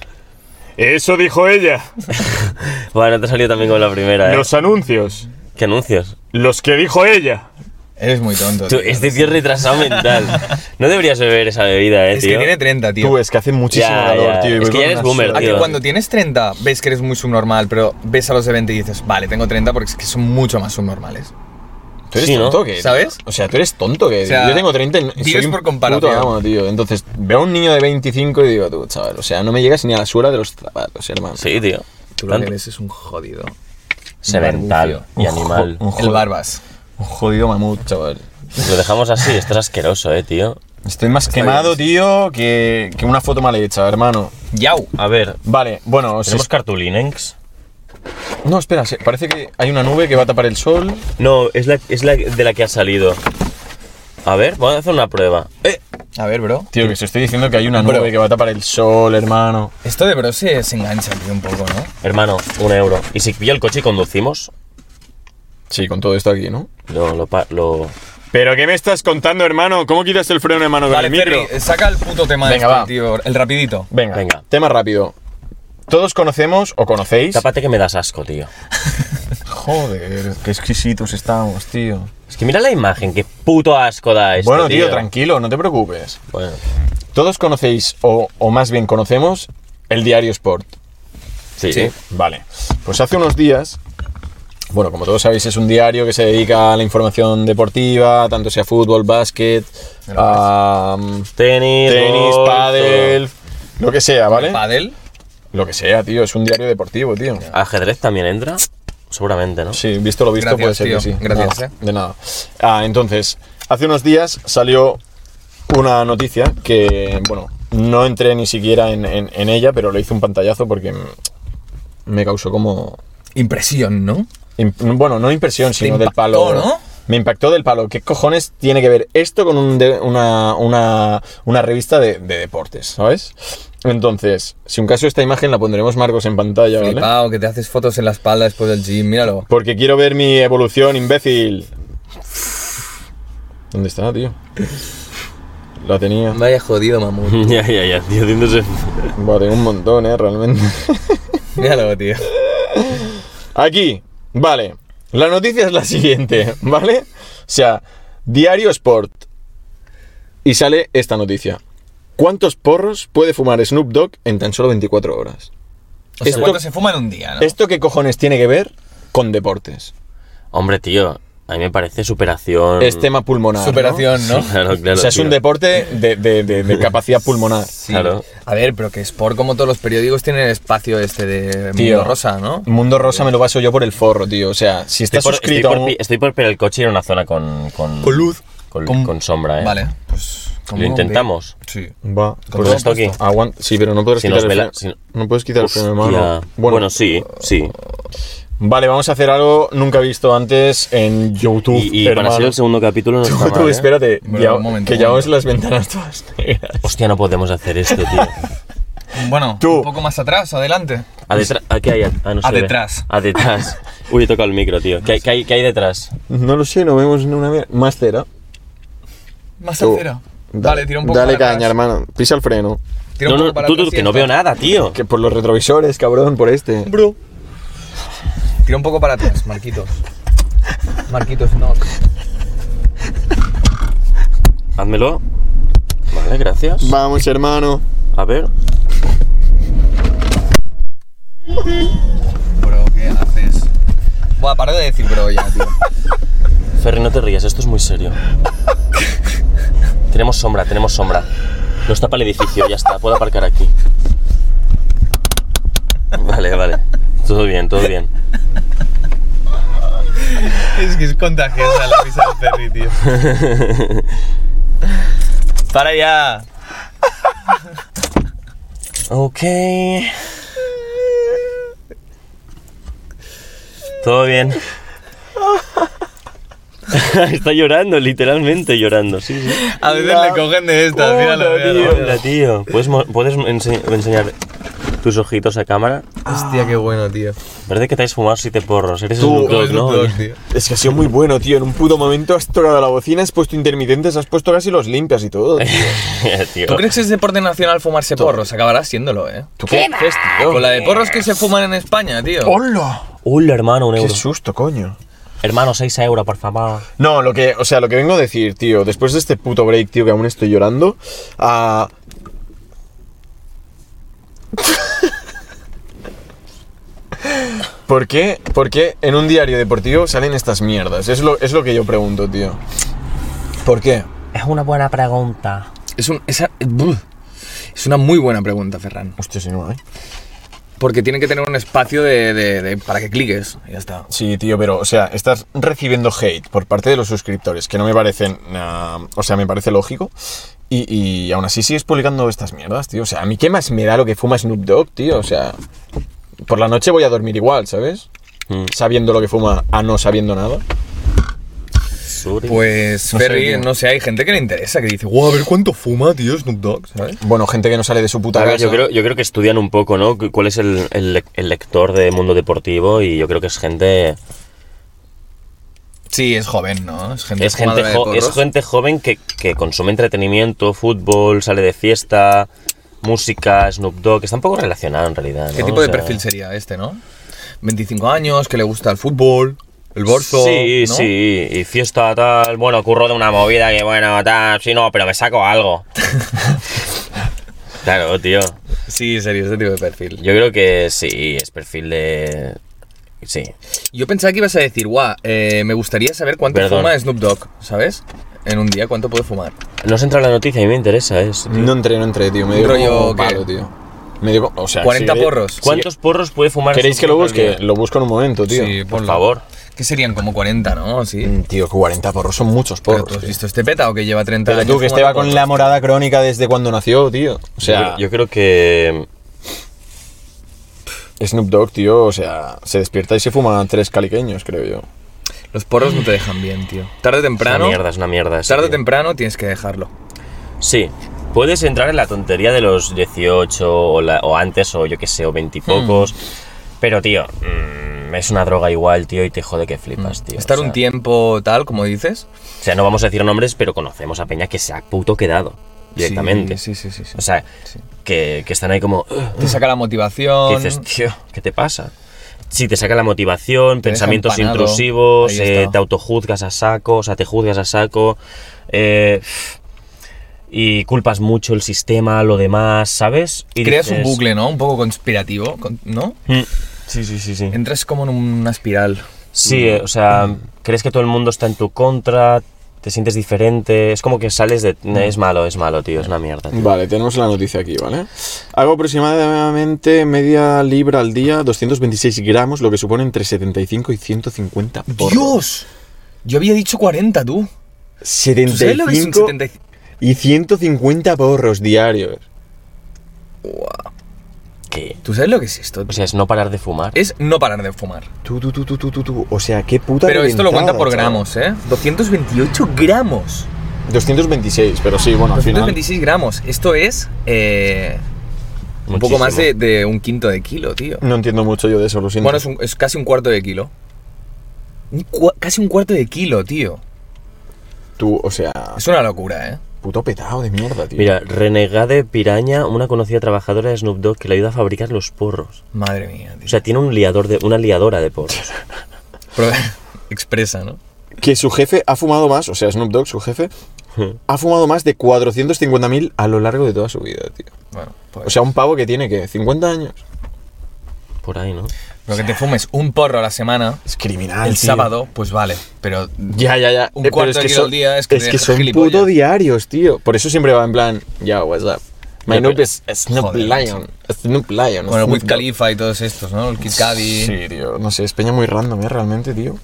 [SPEAKER 3] Eso dijo ella.
[SPEAKER 2] Bueno, te salió también con la primera, ¿eh?
[SPEAKER 3] anuncios.
[SPEAKER 2] ¿Qué anuncios?
[SPEAKER 3] Los que dijo ella.
[SPEAKER 1] Eres muy tonto.
[SPEAKER 2] Tú,
[SPEAKER 1] tío.
[SPEAKER 2] este tío es retrasado mental. No deberías beber esa bebida, eh,
[SPEAKER 1] es que
[SPEAKER 2] tío.
[SPEAKER 1] tiene 30, tío.
[SPEAKER 3] Tú, es que hace muchísimo
[SPEAKER 2] Ya,
[SPEAKER 3] calor,
[SPEAKER 2] ya.
[SPEAKER 3] tío. y
[SPEAKER 2] Es
[SPEAKER 3] voy
[SPEAKER 2] que
[SPEAKER 3] con
[SPEAKER 2] ya eres
[SPEAKER 3] una
[SPEAKER 2] boomer,
[SPEAKER 3] sudadera. Ah,
[SPEAKER 1] A que
[SPEAKER 2] tío.
[SPEAKER 1] cuando tienes 30 ves que eres muy subnormal, pero ves a los de 20 y dices, vale, tengo 30 porque es que son mucho más subnormales.
[SPEAKER 3] ¿Tú eres
[SPEAKER 2] Sí, ¿no?
[SPEAKER 3] tonto o qué?
[SPEAKER 1] ¿Sabes?
[SPEAKER 3] O sea, tú eres tonto que.
[SPEAKER 1] O sea,
[SPEAKER 3] yo tengo 30 y no-
[SPEAKER 1] vives
[SPEAKER 3] soy un
[SPEAKER 1] por comparación.
[SPEAKER 3] puto amo, tío. Entonces, veo a un niño de 25 y digo, tú, chaval, o sea, no me llegas ni a la suela de los zapatos, hermano.
[SPEAKER 2] Sí, tío.
[SPEAKER 1] Tú lo que
[SPEAKER 2] Tanto.
[SPEAKER 1] eres es un jodido.
[SPEAKER 2] sedental y
[SPEAKER 3] Un jo-
[SPEAKER 2] animal.
[SPEAKER 3] un
[SPEAKER 1] El
[SPEAKER 3] jodido-
[SPEAKER 1] Barbas.
[SPEAKER 3] un jodido mamut, chaval.
[SPEAKER 2] Lo dejamos así, esto es asqueroso, eh, tío.
[SPEAKER 3] Estoy más quemado, tío, que, que una foto mal hecha, hermano.
[SPEAKER 1] Yau.
[SPEAKER 2] A ver,
[SPEAKER 3] Vale, bueno, os
[SPEAKER 2] ¿tenemos cartulinenx?
[SPEAKER 3] No, espera, se- parece que hay una nube que va a tapar el sol.
[SPEAKER 2] No, es la, es la de la que ha salido. A ver, vamos a hacer una prueba. Eh,
[SPEAKER 1] A ver, bro.
[SPEAKER 3] Tío, que os estoy diciendo que hay una
[SPEAKER 1] Bro.
[SPEAKER 3] nube que va a tapar el sol, hermano.
[SPEAKER 1] Esto de bro se, se engancha, tío, un poco, ¿no?
[SPEAKER 2] hermano, un euro. ¿Y si pillo el coche y conducimos?
[SPEAKER 3] Sí, con todo esto aquí, ¿no?
[SPEAKER 2] Lo, lo, pa- lo-
[SPEAKER 3] ¿Pero qué me estás contando, hermano? ¿Cómo quitas el freno, hermano, con el micro?
[SPEAKER 1] Ferry, saca el puto tema
[SPEAKER 3] Venga,
[SPEAKER 1] de este,
[SPEAKER 3] va.
[SPEAKER 1] tío. El rapidito.
[SPEAKER 3] Venga,
[SPEAKER 2] Venga.
[SPEAKER 3] tema rápido. Todos conocemos o conocéis.
[SPEAKER 2] Tápate que me das asco, tío.
[SPEAKER 3] Joder, qué exquisitos estamos, tío.
[SPEAKER 2] Es que mira la imagen, qué puto asco da esto,
[SPEAKER 3] Este bueno, tío, tranquilo, no te preocupes.
[SPEAKER 2] Bueno,
[SPEAKER 3] Todos conocéis, o, o más bien conocemos, el diario Sport.
[SPEAKER 2] sí.
[SPEAKER 1] Sí.
[SPEAKER 3] Vale, pues hace unos días, bueno, como todos sabéis, es un diario que se dedica a la información deportiva, tanto sea fútbol, básquet, am,
[SPEAKER 2] Tenis,
[SPEAKER 3] tenis,
[SPEAKER 2] golf,
[SPEAKER 3] pádel, lo que sea, ¿vale?
[SPEAKER 1] Padel.
[SPEAKER 3] Lo que sea, tío, es un diario deportivo, tío.
[SPEAKER 2] todo. ¿Ajedrez también entra? Seguramente, ¿no?
[SPEAKER 3] Sí, visto lo visto
[SPEAKER 1] Gracias,
[SPEAKER 3] puede ser
[SPEAKER 1] tío.
[SPEAKER 3] que sí.
[SPEAKER 1] Gracias,
[SPEAKER 3] Nada,
[SPEAKER 1] eh.
[SPEAKER 3] De nada. Ah, entonces, hace unos días salió una noticia que, bueno, no entré ni siquiera en, en- en ella, pero le hice un pantallazo porque mm, me causó como
[SPEAKER 1] Impresión, ¿no?
[SPEAKER 3] Imp- Bueno, no impresión, sino del
[SPEAKER 1] impactó,
[SPEAKER 3] palo.
[SPEAKER 1] ¿no?
[SPEAKER 3] Me impactó del palo. ¿Qué cojones tiene que ver esto con un de- una, una- una revista de, de deportes, ¿sabes? Entonces, si un caso esta imagen la pondremos Marcos en pantalla, ¿vale?
[SPEAKER 1] Flipao, que te haces fotos en la espalda después del gym, míralo.
[SPEAKER 3] Porque quiero ver mi evolución, imbécil. ¿Dónde está, tíio? La tenía.
[SPEAKER 1] Vaya jodido, mamut.
[SPEAKER 2] <laughs> ya, ya, ya, tío, haciéndose-
[SPEAKER 3] Buah, tengo un montón, ¿eh? Realmente.
[SPEAKER 1] Míralo, tío.
[SPEAKER 3] Aquí, vale. La noticia es la siguiente, ¿vale? O sea, Diario Sport. Y sale esta noticia. ¿Cuántos porros puede fumar Snoop Dogg en tan solo 24 horas?
[SPEAKER 1] O sea,
[SPEAKER 3] Esto-
[SPEAKER 1] ¿cuánto se fuma en un día, no?
[SPEAKER 3] ¿Esto qué cojones tiene que ver con deportes?
[SPEAKER 2] Hombre, tío, a mí me parece superación.
[SPEAKER 3] Es tema pulmonar. Este ¿no?
[SPEAKER 1] Superación, ¿no?
[SPEAKER 2] Sí, <laughs> claro, Mm. claro.
[SPEAKER 3] O sea, es un
[SPEAKER 2] tío.
[SPEAKER 3] deporte de, de- de- de capacidad pulmonar.
[SPEAKER 1] Sí.
[SPEAKER 2] Claro.
[SPEAKER 1] A ver, pero que Sport, como todos los periódicos, tiene el espacio este de
[SPEAKER 3] Tío,
[SPEAKER 1] Mundo Rosa, ¿no?
[SPEAKER 3] Mundo Rosa me lo paso yo por el forro, tío. O sea,
[SPEAKER 2] Estoy
[SPEAKER 3] si estás
[SPEAKER 2] por, estoy
[SPEAKER 3] suscrito
[SPEAKER 2] por
[SPEAKER 3] a un-
[SPEAKER 2] pi- estoy por pillar el coche y ir a una zona con. Con,
[SPEAKER 1] Con luz.
[SPEAKER 2] Con,
[SPEAKER 1] Con-
[SPEAKER 2] con sombra, ¿eh?
[SPEAKER 1] Vale, pues. como
[SPEAKER 2] Lo intentamos.
[SPEAKER 1] ve- Sí.
[SPEAKER 3] Va,
[SPEAKER 1] Con
[SPEAKER 3] pues-
[SPEAKER 2] esto aquí.
[SPEAKER 3] Aguanta- Sí, pero no puedes
[SPEAKER 2] Si
[SPEAKER 3] quitar
[SPEAKER 2] nos
[SPEAKER 3] el
[SPEAKER 2] vela-
[SPEAKER 3] freno.
[SPEAKER 2] si no-
[SPEAKER 3] No puedes quitar el freno, hermano.
[SPEAKER 2] Hostia. Bueno, sí, sí.
[SPEAKER 3] Vale, vamos a hacer algo nunca visto antes en YouTube.
[SPEAKER 2] Y, y para
[SPEAKER 3] hermano.
[SPEAKER 2] ser el segundo capítulo no está
[SPEAKER 3] <laughs> Tú,
[SPEAKER 2] mal, ¿eh?
[SPEAKER 3] espérate,
[SPEAKER 1] Bueno,
[SPEAKER 3] ya-
[SPEAKER 1] un momento,
[SPEAKER 3] que
[SPEAKER 1] un
[SPEAKER 3] ya
[SPEAKER 1] momento.
[SPEAKER 3] os las ventanas todas negras.
[SPEAKER 2] Hostia, no podemos hacer esto,
[SPEAKER 3] <laughs>
[SPEAKER 2] tío.
[SPEAKER 1] Bueno,
[SPEAKER 3] Tú.
[SPEAKER 1] un poco más atrás, adelante.
[SPEAKER 2] A detrás. ¿A qué hay? Ah, no
[SPEAKER 1] A
[SPEAKER 2] se ve.
[SPEAKER 1] detrás.
[SPEAKER 2] A detrás. Uy, he tocado el micro, tío. ¿Qué, hay- qué hay, qué hay detrás?
[SPEAKER 3] No lo sé, no vemos ni una vez. Más cera.
[SPEAKER 1] Más
[SPEAKER 3] Tú.
[SPEAKER 1] acera. Dale, tira un poco
[SPEAKER 3] Dale
[SPEAKER 1] para
[SPEAKER 3] caña,
[SPEAKER 1] atrás.
[SPEAKER 3] hermano. Pisa el freno.
[SPEAKER 1] Tira
[SPEAKER 2] no,
[SPEAKER 1] un
[SPEAKER 2] no,
[SPEAKER 1] poco para
[SPEAKER 2] tú, tú,
[SPEAKER 1] atrás y
[SPEAKER 2] que no
[SPEAKER 1] entra.
[SPEAKER 2] veo nada, tío.
[SPEAKER 3] Que por los retrovisores, cabrón, por este.
[SPEAKER 2] Bro.
[SPEAKER 1] Tira un poco para atrás, Marquitos. Marquitos, no.
[SPEAKER 2] Házmelo. Vale, gracias.
[SPEAKER 3] Vamos, hermano.
[SPEAKER 2] A ver.
[SPEAKER 1] Bro, ¿qué haces? Buah, para de decir bro ya, tío.
[SPEAKER 2] Ferry, no te rías, esto es muy serio. tenemos sombra, tenemos sombra. Nos tapa el edificio, ya está, puedo aparcar aquí. Vale, vale. Todo bien, todo bien.
[SPEAKER 1] <laughs> Es que es contagiosa la risa del Ferry, tío. <laughs> ¡Para ya!
[SPEAKER 2] Ok. Todo bien. <laughs> Está llorando, literalmente llorando, sí, sí.
[SPEAKER 1] A veces le cogen de estas, míralo, míralo.
[SPEAKER 2] Hola, tío. ¿Puedes, mo- puedes ense- enseñar tus ojitos a cámara?
[SPEAKER 1] Hostia, qué bueno, tío.
[SPEAKER 2] Parece que te has fumado siete porros. Eres
[SPEAKER 3] Tú,
[SPEAKER 2] un
[SPEAKER 1] Como
[SPEAKER 2] ¿no?
[SPEAKER 1] Snoop Dogg, tío.
[SPEAKER 3] Es que ha sido muy bueno, tío. En un puto momento has tocado la bocina, has puesto intermitentes, has puesto casi los limpias
[SPEAKER 1] <laughs>
[SPEAKER 3] y todo. tío.
[SPEAKER 2] <laughs> Tío.
[SPEAKER 1] ¿Tú crees que es deporte nacional fumarse porros? Acabará siéndolo, ¿eh?
[SPEAKER 3] ¿Tú qué haces, tío?
[SPEAKER 1] Con la de porros que se fuman en España, tío.
[SPEAKER 3] ¡Hola!
[SPEAKER 2] Hola, hermano, un
[SPEAKER 3] ¡Qué
[SPEAKER 2] euro.
[SPEAKER 3] susto, coño!
[SPEAKER 2] Hermano, 6 euros, por favor.
[SPEAKER 3] No, lo que, o sea, lo que vengo a decir, tío, después de este puto break, tío, que aún estoy llorando, ah, <laughs> ¿Por qué? ¿Por qué en un diario deportivo salen estas mierdas? Es lo, es lo que yo pregunto, tío. ¿Por qué?
[SPEAKER 2] Es una buena pregunta.
[SPEAKER 1] Es, un- esa- es una muy buena pregunta, Ferran.
[SPEAKER 3] Hostia, si no hay.
[SPEAKER 1] Porque tienen que tener un espacio de, de- de- para que cliques. y Ya está.
[SPEAKER 3] Sí, tío, pero, o sea, estás recibiendo hate por parte de los suscriptores, que no me parecen. ah, o sea, me parece lógico. Y, y aún así sigues publicando estas mierdas, tío. O sea, a mí qué más me da lo que fuma Snoop Dogg, tío. O sea, por la noche voy a dormir igual, ¿sabes?
[SPEAKER 2] Mm.
[SPEAKER 3] Sabiendo lo que fuma a no sabiendo nada.
[SPEAKER 2] Suri.
[SPEAKER 1] Pues,
[SPEAKER 3] No sé,
[SPEAKER 1] Ferry,
[SPEAKER 3] tío.
[SPEAKER 1] no sé, hay gente que le interesa, que dice, wow, a ver cuánto fuma, tío, Snoop Dogg, ¿sabes?
[SPEAKER 3] Bueno, gente que no sale de su puta
[SPEAKER 2] Ahora,
[SPEAKER 3] casa.
[SPEAKER 2] yo, creo, yo creo que estudian un poco, ¿no? Cu- ¿Cuál es el, el le- el lector de mundo deportivo? Y yo creo que es gente.
[SPEAKER 1] Sí, es joven, ¿no? Es gente,
[SPEAKER 2] Es gente,
[SPEAKER 1] fumadora de
[SPEAKER 2] jo- es
[SPEAKER 1] porros.
[SPEAKER 2] gente joven que, que consume entretenimiento, fútbol, sale de fiesta, música, Snoop Dogg. Está un poco relacionado en realidad.
[SPEAKER 1] ¿Qué
[SPEAKER 2] ¿no?
[SPEAKER 1] tipo
[SPEAKER 2] O
[SPEAKER 1] de
[SPEAKER 2] sea,
[SPEAKER 1] perfil sería este, no? 25 años, que le gusta el fútbol, el bolso.
[SPEAKER 2] Sí,
[SPEAKER 1] ¿no?
[SPEAKER 2] sí, y fiesta tal. Bueno, curro de una movida que bueno, tal. Sí, no, pero me saco
[SPEAKER 3] <laughs>
[SPEAKER 2] algo. claro, tío.
[SPEAKER 1] Sí, serio, este tipo de perfil.
[SPEAKER 2] Yo creo que sí, es perfil de. Sí.
[SPEAKER 1] Yo pensaba que ibas a decir, guau, eh, me gustaría saber cuánto
[SPEAKER 2] Perdón.
[SPEAKER 1] fuma Snoop Dogg, ¿sabes? En un día, cuánto puede fumar.
[SPEAKER 2] No se entra en la noticia y me interesa eso. tío.
[SPEAKER 3] No entré, no entré, tío. Me dio
[SPEAKER 1] Un rollo
[SPEAKER 3] como un
[SPEAKER 1] que-
[SPEAKER 3] palo, tío. Me dio, como- o sea,
[SPEAKER 1] 40
[SPEAKER 3] queréis-
[SPEAKER 1] porros. Sí.
[SPEAKER 2] ¿Cuántos porros puede fumar?
[SPEAKER 3] ¿Queréis que lo
[SPEAKER 2] Snoop Dogg al
[SPEAKER 3] busque?
[SPEAKER 2] día?
[SPEAKER 3] Lo busco en un momento, tío.
[SPEAKER 2] Por favor.
[SPEAKER 1] Que serían como 40, ¿no? Sí.
[SPEAKER 3] Mm, Tío, que 40 porros son muchos
[SPEAKER 1] Pero
[SPEAKER 2] Oh,
[SPEAKER 3] porros.
[SPEAKER 1] tú has
[SPEAKER 3] tío.
[SPEAKER 1] visto este peta o que lleva 30
[SPEAKER 3] Pero
[SPEAKER 1] años.
[SPEAKER 3] tú, que este va
[SPEAKER 1] fumando
[SPEAKER 3] con
[SPEAKER 1] porros?
[SPEAKER 3] la morada crónica desde cuando nació, tío. O sea,
[SPEAKER 2] yo, yo creo que.
[SPEAKER 3] Snoop Dogg, tío, o sea, se despierta y se fuma tres caliqueños, creo yo.
[SPEAKER 1] Los porros no te dejan bien, tío. Tarde o
[SPEAKER 2] Es una
[SPEAKER 1] temprano.
[SPEAKER 2] mierda, es una mierda. ese
[SPEAKER 1] Tarde o
[SPEAKER 2] tío.
[SPEAKER 1] temprano tienes que dejarlo.
[SPEAKER 2] Sí. Puedes entrar en la tontería de los 18 o, la- o antes, o yo qué sé, o 20 y pocos.
[SPEAKER 1] Hmm.
[SPEAKER 2] Pero, tío, mm, es una droga igual, tío, y te jode que flipas, tío.
[SPEAKER 1] Hmm. Estar
[SPEAKER 2] o sea,
[SPEAKER 1] un tiempo tal, como dices.
[SPEAKER 2] O sea, no vamos a decir nombres, pero conocemos a Peña que se ha puto quedado directamente.
[SPEAKER 1] Sí, sí, sí. sí, sí.
[SPEAKER 2] O sea,
[SPEAKER 1] Sí.
[SPEAKER 2] que, que están ahí como. "Ugh",
[SPEAKER 1] te saca la
[SPEAKER 2] que
[SPEAKER 1] motivación.
[SPEAKER 2] dices, tío, ¿qué te pasa? Sí, te saca la motivación,
[SPEAKER 1] Te deja
[SPEAKER 2] pensamientos
[SPEAKER 1] empanado.
[SPEAKER 2] intrusivos,
[SPEAKER 1] Ahí
[SPEAKER 2] eh,
[SPEAKER 1] está.
[SPEAKER 2] te autojuzgas a saco, o sea, te juzgas a saco. eh, y culpas mucho el sistema, lo demás, ¿sabes? Y
[SPEAKER 1] creas un
[SPEAKER 2] dices,
[SPEAKER 1] bucle, ¿no? Un poco conspirativo, con- ¿no?
[SPEAKER 2] "Mm". Sí, sí, sí, sí.
[SPEAKER 1] Entras como en Mm. una espiral.
[SPEAKER 2] Sí, eh, o sea, crees que todo el mundo está en tu contra, te sientes diferente, es como que sales de... Es
[SPEAKER 1] Mm.
[SPEAKER 2] malo, es malo, tío, es una mierda. tío.
[SPEAKER 3] Vale, tenemos la noticia aquí, ¿vale? Hago aproximadamente media libra al día, 226 gramos, lo que supone entre 75 y 150 porros.
[SPEAKER 1] ¡Dios! Yo había dicho 40, tú. ¿Tú sabes lo que es un
[SPEAKER 3] 75
[SPEAKER 1] 75?
[SPEAKER 3] y 150 porros diarios.
[SPEAKER 2] ¿Qué?
[SPEAKER 1] ¿Tú sabes lo que es esto?
[SPEAKER 2] O sea, es no parar de fumar.
[SPEAKER 1] Es no parar de fumar.
[SPEAKER 3] Tú, tú, tú, tú, tú, tú, tú. O sea, qué puta
[SPEAKER 1] Pero esto lo cuenta
[SPEAKER 3] reventada,
[SPEAKER 1] por
[SPEAKER 3] chaval.
[SPEAKER 1] gramos, ¿eh? 228 gramos.
[SPEAKER 3] 226, pero sí, bueno, al final...
[SPEAKER 1] 226 gramos. Esto es eh, un poco
[SPEAKER 2] Muchísimo.
[SPEAKER 1] más de, de un quinto de kilo, tío.
[SPEAKER 3] No entiendo mucho yo de eso, lo siento.
[SPEAKER 1] Bueno, es, un- es casi un cuarto de kilo. Un cua- casi un cuarto de kilo, tío.
[SPEAKER 3] Tú, o sea,
[SPEAKER 1] Es una locura, ¿eh?
[SPEAKER 3] puto petado de mierda, tío.
[SPEAKER 2] Mira, Renegade Piraña, una conocida trabajadora de Snoop Dogg que le ayuda a fabricar los porros.
[SPEAKER 1] Madre mía, tío.
[SPEAKER 2] O sea, tiene un liador de, una liadora de porros.
[SPEAKER 1] Pero- <laughs> expresa, ¿no?
[SPEAKER 3] que su jefe ha fumado más, o sea, Snoop Dogg,
[SPEAKER 1] <laughs>
[SPEAKER 3] su jefe, ha fumado más de 450.000 a lo largo de toda su vida, tío.
[SPEAKER 1] Bueno, pues.
[SPEAKER 3] O sea, un pavo que tiene, que 50 años.
[SPEAKER 2] Por ahí, ¿no?
[SPEAKER 1] pero que te fumes un porro a la semana,
[SPEAKER 3] Es criminal,
[SPEAKER 1] el
[SPEAKER 3] tío.
[SPEAKER 1] sábado, pues vale. Pero
[SPEAKER 3] Ya, ya, ya.
[SPEAKER 1] Un
[SPEAKER 3] pero
[SPEAKER 1] cuarto
[SPEAKER 3] es
[SPEAKER 1] de
[SPEAKER 3] que
[SPEAKER 1] kilo
[SPEAKER 3] son-
[SPEAKER 1] al día, es que
[SPEAKER 3] es
[SPEAKER 1] te
[SPEAKER 3] que
[SPEAKER 1] deja
[SPEAKER 3] son
[SPEAKER 1] gilipollas.
[SPEAKER 3] puto diarios, tío. Por eso siempre va en plan, ya, what's up. My
[SPEAKER 2] Ya,
[SPEAKER 3] Snoop
[SPEAKER 2] pero-
[SPEAKER 3] es Snoop
[SPEAKER 1] Joder,
[SPEAKER 3] Lion. Snoop Lion.
[SPEAKER 1] con el
[SPEAKER 3] Snoop
[SPEAKER 1] Wiz
[SPEAKER 3] Dogg.
[SPEAKER 1] Khalifa y todos estos, ¿no? El Kid Cudi.
[SPEAKER 3] Sí, tío. No sé, es peña muy random, ¿eh? Realmente, tío.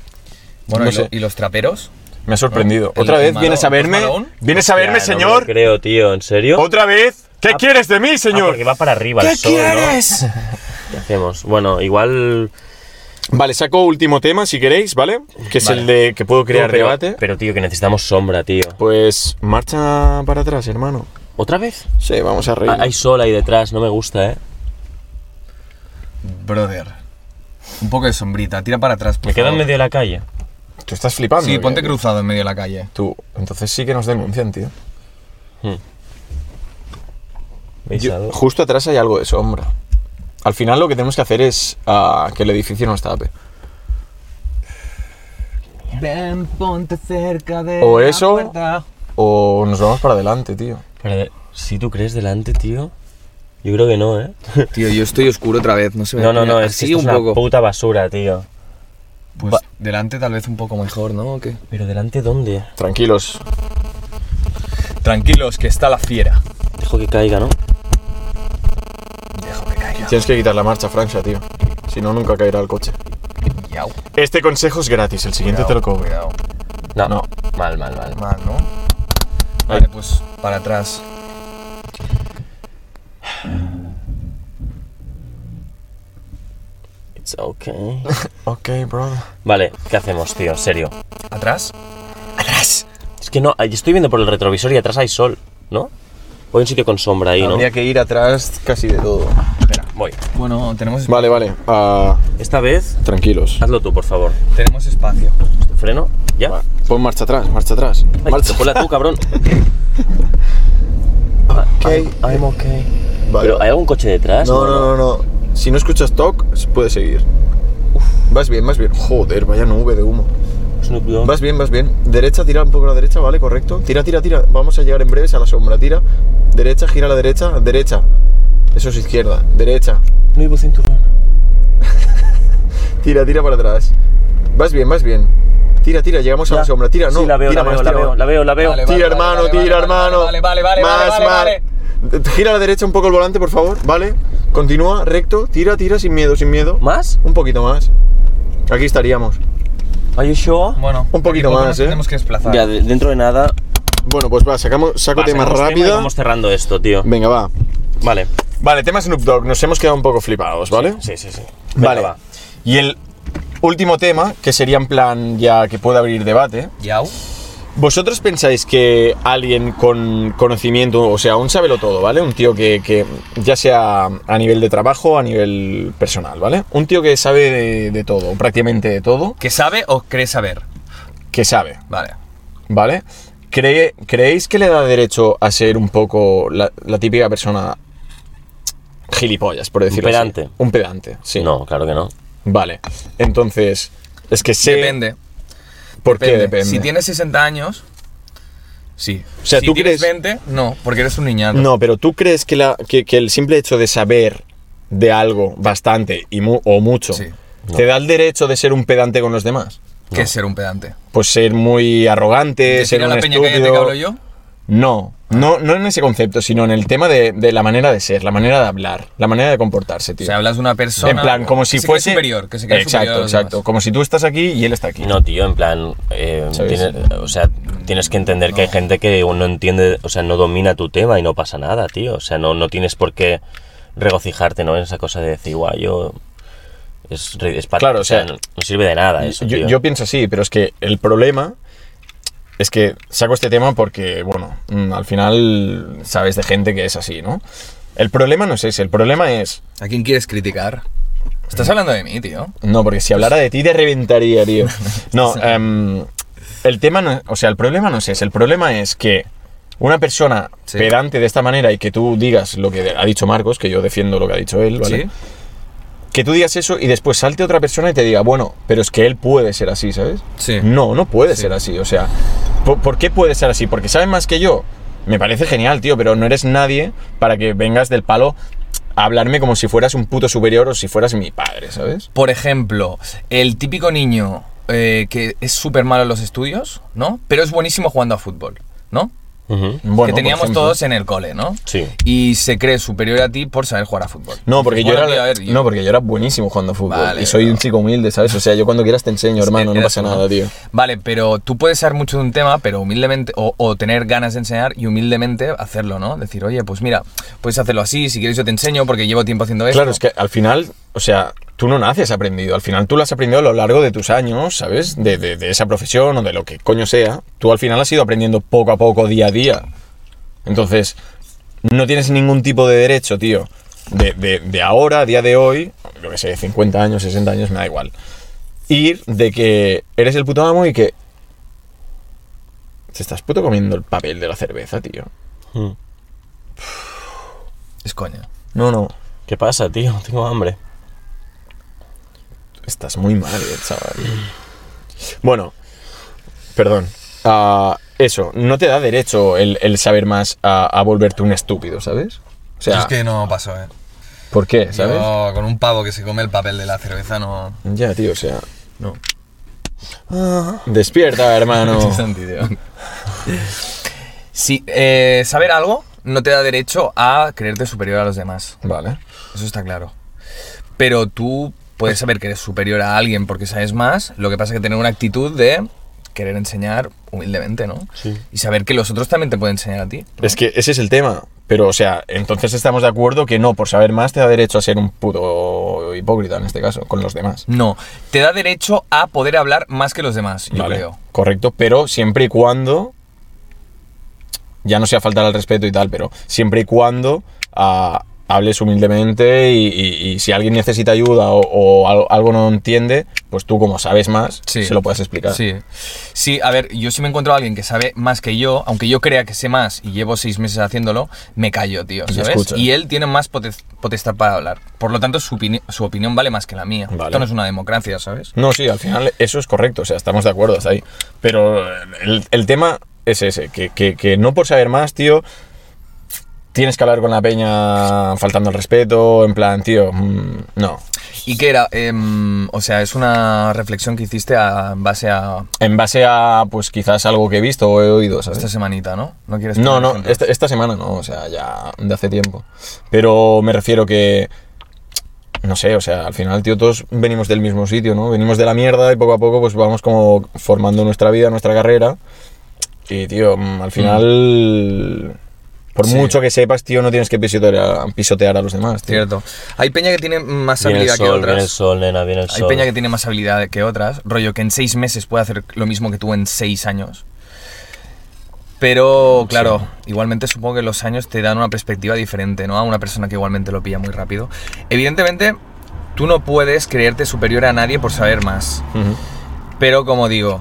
[SPEAKER 1] Bueno,
[SPEAKER 3] no
[SPEAKER 1] y, lo-
[SPEAKER 3] sé.
[SPEAKER 1] y los traperos.
[SPEAKER 3] Me ha sorprendido.
[SPEAKER 1] El-
[SPEAKER 3] Otra
[SPEAKER 1] el
[SPEAKER 3] vez
[SPEAKER 1] Malone,
[SPEAKER 3] vienes a
[SPEAKER 1] ¿no es
[SPEAKER 3] verme.
[SPEAKER 1] Malone?
[SPEAKER 3] ¿Vienes a verme,
[SPEAKER 2] Hostia, no me lo
[SPEAKER 3] señor?
[SPEAKER 2] creo, tío, ¿en serio?
[SPEAKER 3] Otra vez. ¿Qué
[SPEAKER 2] Ah,
[SPEAKER 3] quieres de mí,
[SPEAKER 2] Ah,
[SPEAKER 3] señor?
[SPEAKER 2] porque va para arriba el sol, ¿no? ¿Qué hacemos? Bueno, igual...
[SPEAKER 3] Vale, saco último tema si queréis, ¿vale? Que es
[SPEAKER 1] Vale.
[SPEAKER 3] el de que puedo crear
[SPEAKER 2] pero,
[SPEAKER 3] debate.
[SPEAKER 2] Pero, tío, que necesitamos sombra, tío.
[SPEAKER 3] Pues marcha para atrás, hermano.
[SPEAKER 2] ¿Otra vez?
[SPEAKER 3] Sí, vamos a reír.
[SPEAKER 2] Ah, Hay sol ahí detrás, no me gusta, ¿eh?
[SPEAKER 1] Brother. Un poco de sombrita, tira para atrás. Por
[SPEAKER 2] Me quedo en
[SPEAKER 1] favor.
[SPEAKER 2] medio de la calle.
[SPEAKER 3] Tú estás flipando.
[SPEAKER 1] Sí,
[SPEAKER 3] ¿qué?
[SPEAKER 1] ponte cruzado en medio de la calle.
[SPEAKER 3] Tú, entonces sí que nos denuncian, tío.
[SPEAKER 2] ¿Veis
[SPEAKER 3] Yo-
[SPEAKER 2] algo?
[SPEAKER 3] justo atrás hay algo de sombra. Al final lo que tenemos que hacer es ah, que el edificio nos tape.
[SPEAKER 1] Ven, ponte cerca de.
[SPEAKER 3] O la eso. puerta. O nos vamos para adelante, tío.
[SPEAKER 2] Pero, si tú crees delante, tío... Yo creo que no, ¿eh?
[SPEAKER 1] Tío, yo estoy oscuro otra vez, no se me
[SPEAKER 2] <laughs> No, no, no, es
[SPEAKER 1] así
[SPEAKER 2] que esto es
[SPEAKER 1] un
[SPEAKER 2] una
[SPEAKER 1] poco.
[SPEAKER 2] puta basura, tío.
[SPEAKER 1] Pues delante tal vez un poco mejor, ¿no? ¿O qué?
[SPEAKER 2] ¿Pero delante dónde?
[SPEAKER 3] Tranquilos.
[SPEAKER 1] Tranquilos, que está la fiera.
[SPEAKER 2] Dejo que caiga, ¿no?
[SPEAKER 1] Dejo que caiga.
[SPEAKER 3] Tienes que quitar la marcha, Francia, tío. Si no, nunca caerá el coche.
[SPEAKER 1] Yau.
[SPEAKER 3] Este consejo es gratis, el siguiente te lo cobro.
[SPEAKER 1] Cuidado.
[SPEAKER 2] No,
[SPEAKER 3] No.
[SPEAKER 2] Mal, mal, mal.
[SPEAKER 1] Mal, ¿no?
[SPEAKER 3] Ahí.
[SPEAKER 1] Vale, pues para atrás.
[SPEAKER 2] It's okay. <laughs>
[SPEAKER 3] Ok, brother.
[SPEAKER 2] Vale, ¿qué hacemos, tío? En serio.
[SPEAKER 1] ¿Atrás? ¡Atrás!
[SPEAKER 2] Es que no, ahí estoy viendo por el retrovisor y atrás hay sol, ¿no? Voy a un sitio con sombra ahí, ¿no?
[SPEAKER 3] Habría que ir atrás casi de todo.
[SPEAKER 2] Voy.
[SPEAKER 1] Bueno, tenemos,
[SPEAKER 3] Vale, vale. ah,
[SPEAKER 2] Esta vez,
[SPEAKER 3] tranquilos.
[SPEAKER 2] hazlo tú, por favor.
[SPEAKER 1] tenemos espacio.
[SPEAKER 2] Freno, ya.
[SPEAKER 3] Va, Pon marcha atrás, marcha atrás.
[SPEAKER 2] Ay,
[SPEAKER 3] Marcha.
[SPEAKER 2] ponla tú,
[SPEAKER 3] <laughs>
[SPEAKER 2] cabrón.
[SPEAKER 3] Ok.
[SPEAKER 2] I'm okay.
[SPEAKER 3] Vale.
[SPEAKER 2] ¿Pero hay algún coche detrás?
[SPEAKER 3] No, no, no, no. Si no escuchas talk, puedes seguir. Vas bien, vas bien. Joder, vaya nube de humo.
[SPEAKER 2] Snoop Dogg.
[SPEAKER 3] Vas bien, vas bien. Derecha, tira un poco a la derecha, ¿vale? Correcto. Tira, tira, tira. Vamos a llegar en breves a la sombra. Tira. Derecha, gira a la derecha. Derecha. Eso es izquierda. Derecha.
[SPEAKER 2] No llevo cinturón.
[SPEAKER 3] Tira, tira para atrás. Vas bien, vas bien. Tira, tira. Llegamos a
[SPEAKER 2] Ya.
[SPEAKER 3] la sombra. Tira, no.
[SPEAKER 2] Sí, la veo,
[SPEAKER 3] tira
[SPEAKER 2] la,
[SPEAKER 3] más,
[SPEAKER 2] veo la
[SPEAKER 3] tira
[SPEAKER 2] veo,
[SPEAKER 3] más.
[SPEAKER 2] la veo, la veo.
[SPEAKER 1] Vale,
[SPEAKER 3] Tira, hermano,
[SPEAKER 1] vale,
[SPEAKER 3] tira,
[SPEAKER 1] vale,
[SPEAKER 3] hermano.
[SPEAKER 1] vale, vale, vale,
[SPEAKER 3] más,
[SPEAKER 1] vale, vale,
[SPEAKER 3] más. Gira a la derecha un poco el volante, por favor, ¿vale? Continúa, recto, tira, tira, sin miedo, sin miedo.
[SPEAKER 2] ¿Más?
[SPEAKER 3] Un poquito más. Aquí estaríamos.
[SPEAKER 2] ¿Are you sure?
[SPEAKER 1] Bueno,
[SPEAKER 3] Un poquito
[SPEAKER 1] aquí poco
[SPEAKER 3] más,
[SPEAKER 1] nos
[SPEAKER 3] ¿eh?
[SPEAKER 1] Tenemos que desplazar.
[SPEAKER 2] Ya, de- dentro de nada.
[SPEAKER 3] Bueno, pues va, sacamos, saco
[SPEAKER 2] Va,
[SPEAKER 3] tema
[SPEAKER 2] sacamos tema y
[SPEAKER 3] rápida.
[SPEAKER 2] Vamos cerrando esto, tío.
[SPEAKER 3] Venga, va.
[SPEAKER 2] Vale.
[SPEAKER 3] Vale, tema Snoop Dogg, nos hemos quedado un poco flipados, ¿vale?
[SPEAKER 2] Sí, sí, sí. Venga,
[SPEAKER 3] Vale.
[SPEAKER 2] va.
[SPEAKER 3] Y el último tema, que sería en plan ya que pueda abrir debate.
[SPEAKER 1] Yau.
[SPEAKER 3] ¿Vosotros pensáis que alguien con conocimiento, o sea, un sábelo todo, ¿vale? Un tío que, que ya sea a nivel de trabajo, a nivel personal, ¿vale? Un tío que sabe de, de todo, prácticamente de todo,
[SPEAKER 1] ¿Que sabe o cree saber?
[SPEAKER 3] que sabe,
[SPEAKER 1] Vale.
[SPEAKER 3] ¿vale? ¿Cree- ¿Creéis que le da derecho a ser un poco la, la típica persona gilipollas, por decirlo así?
[SPEAKER 2] pedante.
[SPEAKER 3] Un pedante, sí.
[SPEAKER 2] No, claro que no.
[SPEAKER 3] Vale, entonces, es que sé...
[SPEAKER 1] Depende.
[SPEAKER 3] Eh, ¿Por qué depende?
[SPEAKER 1] Si tienes 60 años, sí.
[SPEAKER 3] O sea,
[SPEAKER 1] si
[SPEAKER 3] ¿tú
[SPEAKER 1] tienes
[SPEAKER 3] crees-
[SPEAKER 1] 20, no, porque eres un niñato.
[SPEAKER 3] No, pero ¿tú crees que, la, que, que el simple hecho de saber de algo bastante y mu- o mucho
[SPEAKER 1] Sí.
[SPEAKER 3] te da el derecho de ser un pedante con los demás?
[SPEAKER 1] Que es ser un pedante.
[SPEAKER 3] Pues ser muy arrogante,
[SPEAKER 1] ¿Decir
[SPEAKER 3] ser
[SPEAKER 1] a
[SPEAKER 3] un
[SPEAKER 1] la peña que te
[SPEAKER 3] estúpido.
[SPEAKER 1] hablo yo? Ah.
[SPEAKER 3] No, no, no en ese concepto, sino en el tema de, de la manera de ser, la manera de hablar, la manera de comportarse,
[SPEAKER 1] O
[SPEAKER 3] tío.
[SPEAKER 1] sea, hablas de una persona.
[SPEAKER 3] en plan, como
[SPEAKER 1] que
[SPEAKER 3] si
[SPEAKER 1] se cree
[SPEAKER 3] fuese
[SPEAKER 1] superior, que se cree
[SPEAKER 3] Exacto,
[SPEAKER 1] superior a los
[SPEAKER 3] exacto.
[SPEAKER 1] demás.
[SPEAKER 3] Como si tú estás aquí y él está aquí.
[SPEAKER 2] No, tío, en plan. eh,
[SPEAKER 3] ¿Sabes?
[SPEAKER 2] tiene- o sea, tienes que entender que hay gente que no entiende, o sea, no domina tu tema y no pasa nada, tío. O sea, no, no tienes por qué regocijarte, ¿no? En esa cosa de decir, guau, yo. Es, re- es pat-
[SPEAKER 3] Claro, o sea,
[SPEAKER 2] no, no sirve de nada eso,
[SPEAKER 3] yo,
[SPEAKER 2] tío.
[SPEAKER 3] yo pienso así, pero es que el problema es que saco este tema porque, bueno, mm, al final sabes de gente que es así, ¿no? El problema no es ese, el problema es...
[SPEAKER 1] ¿A quién quieres criticar? Estás hablando de mí, tío.
[SPEAKER 3] No, porque si hablara de ti te reventaría, tío. No, em, el tema no... O sea, el problema no es ese, el problema es que una persona
[SPEAKER 1] Sí.
[SPEAKER 3] pedante de esta manera y que tú digas lo que ha dicho Marcos, que yo defiendo lo que ha dicho él, ¿vale?
[SPEAKER 1] ¿Sí?
[SPEAKER 3] que tú digas eso y después salte otra persona y te diga, bueno, pero es que él puede ser así, ¿sabes?
[SPEAKER 1] Sí.
[SPEAKER 3] No, no puede ser así. O sea, ¿por, por qué puede ser así? Porque sabes más que yo. Me parece genial, tío, pero no eres nadie para que vengas del palo a hablarme como si fueras un puto superior o si fueras mi padre, ¿sabes?
[SPEAKER 1] Por ejemplo, el típico niño eh, que es súper malo en los estudios, ¿no? Pero es buenísimo jugando a fútbol, ¿no?
[SPEAKER 2] Ujú.
[SPEAKER 3] Bueno,
[SPEAKER 1] que
[SPEAKER 3] por
[SPEAKER 1] teníamos
[SPEAKER 3] ejemplo.
[SPEAKER 1] todos en el cole, ¿no?
[SPEAKER 2] Sí.
[SPEAKER 1] Y se cree superior a ti por saber jugar a fútbol.
[SPEAKER 3] No porque,
[SPEAKER 1] Bueno,
[SPEAKER 3] yo
[SPEAKER 1] tío,
[SPEAKER 3] era,
[SPEAKER 1] a ver, yo-
[SPEAKER 3] no, porque yo era buenísimo jugando a fútbol.
[SPEAKER 1] Vale,
[SPEAKER 3] y soy
[SPEAKER 1] pero-
[SPEAKER 3] un chico humilde, ¿sabes? O sea, yo cuando quieras te enseño, hermano, no
[SPEAKER 1] Eres
[SPEAKER 3] pasa
[SPEAKER 1] humilde.
[SPEAKER 3] nada, tío.
[SPEAKER 1] Vale, pero tú puedes saber mucho de un tema, pero humildemente, o, o tener ganas de enseñar y humildemente hacerlo, ¿no? Decir, oye, pues mira, puedes hacerlo así, si quieres yo te enseño porque llevo tiempo haciendo esto.
[SPEAKER 3] Claro, es que al final, o sea, tú no naces aprendido, al final tú lo has aprendido a lo largo de tus años, ¿sabes? De, de- de esa profesión o de lo que coño sea, tú al final has ido aprendiendo poco a poco, día a día. Entonces, no tienes ningún tipo de derecho, tío, de, de- de ahora, a día de hoy, yo que sé, 50 años, 60 años, me da igual, ir de que eres el puto amo y que... Te estás puto comiendo el papel de la cerveza, tío.
[SPEAKER 2] Mm.
[SPEAKER 1] Es coña.
[SPEAKER 3] No, no.
[SPEAKER 2] ¿Qué pasa, tío? <laughs> Tengo hambre.
[SPEAKER 3] Estás muy mal, eh, chaval. Bueno, perdón. Ah, eso, no te da derecho el, el saber más a, a volverte un estúpido, ¿sabes? O sea,
[SPEAKER 1] no pasó, ¿eh?
[SPEAKER 3] ¿por qué, sabes?
[SPEAKER 1] con un pavo que se come el papel de la cerveza no...
[SPEAKER 3] Ya, tío, o sea.
[SPEAKER 1] No. <laughs>
[SPEAKER 3] Despierta, hermano.
[SPEAKER 1] Sí, eh, saber algo no te da derecho a creerte superior a los demás.
[SPEAKER 3] vale.
[SPEAKER 1] Eso está claro. pero tú
[SPEAKER 3] Pues
[SPEAKER 1] puedes saber que eres superior a alguien porque sabes más, lo que pasa es que tener una actitud de querer enseñar humildemente, ¿no?
[SPEAKER 2] Sí.
[SPEAKER 1] Y saber que los otros también te pueden enseñar a ti.
[SPEAKER 3] Es que ese es el tema. Pero, o sea, entonces estamos de acuerdo que no, por saber más te da derecho a ser un puto hipócrita en este caso, con los demás.
[SPEAKER 1] No, te da derecho a poder hablar más que los demás, yo creo.
[SPEAKER 3] Correcto, pero siempre y cuando. Ya no sea faltar al respeto y tal, pero siempre y cuando ah, hables humildemente y, y- y si alguien necesita ayuda o, o al- algo no entiende, pues tú, como sabes más,
[SPEAKER 1] Sí.
[SPEAKER 3] se lo puedes explicar.
[SPEAKER 1] Sí. Sí, a ver, yo si me encuentro a alguien que sabe más que yo, aunque yo crea que sé más y llevo seis meses haciéndolo, me callo, tío,
[SPEAKER 3] Y
[SPEAKER 1] ¿sabes?
[SPEAKER 3] escuchas.
[SPEAKER 1] Y él tiene más pote- potestad para hablar. Por lo tanto, su, opini- su opinión vale más que la mía.
[SPEAKER 3] Vale.
[SPEAKER 1] Esto no es una democracia, ¿sabes?
[SPEAKER 3] No, sí, al final eso es correcto, o sea, estamos de acuerdo hasta ahí. Pero el, el tema es ese, que, que- que no por saber más, tío, tienes que hablar con la peña faltando al respeto, en plan, tío, mm, no.
[SPEAKER 1] ¿Y qué era? Em, o sea, es una reflexión que hiciste a- en base a
[SPEAKER 3] En base a, pues quizás algo que he visto o he oído, ¿sabes?
[SPEAKER 1] esta semanita, ¿no? No quieres...
[SPEAKER 3] No,
[SPEAKER 1] poner
[SPEAKER 3] no,
[SPEAKER 1] ejemplos?
[SPEAKER 2] este-
[SPEAKER 3] esta, esta semana no, o sea, ya de hace tiempo. Pero me refiero que. No sé, o sea, al final, tío, todos venimos del mismo sitio, ¿no? Venimos de la mierda y poco a poco, pues vamos como formando nuestra vida, nuestra carrera. Y, tío, mm, al final. Por
[SPEAKER 1] Sí.
[SPEAKER 3] mucho que sepas, tío, no tienes que pisotear a, pisotear a los demás, tío.
[SPEAKER 1] Cierto. Hay peña que tiene más
[SPEAKER 2] Viene el
[SPEAKER 1] habilidad que
[SPEAKER 2] sol,
[SPEAKER 1] otras.
[SPEAKER 2] viene el sol, nena, viene el
[SPEAKER 1] Hay
[SPEAKER 2] sol.
[SPEAKER 1] peña que tiene más habilidad que otras. Rollo que en seis meses puede hacer lo mismo que tú en seis años. Pero, claro, igualmente supongo que los años te dan una perspectiva diferente, ¿no? A una persona que igualmente lo pilla muy rápido. Evidentemente, tú no puedes creerte superior a nadie por saber más.
[SPEAKER 3] Ujú.
[SPEAKER 1] Pero, como digo,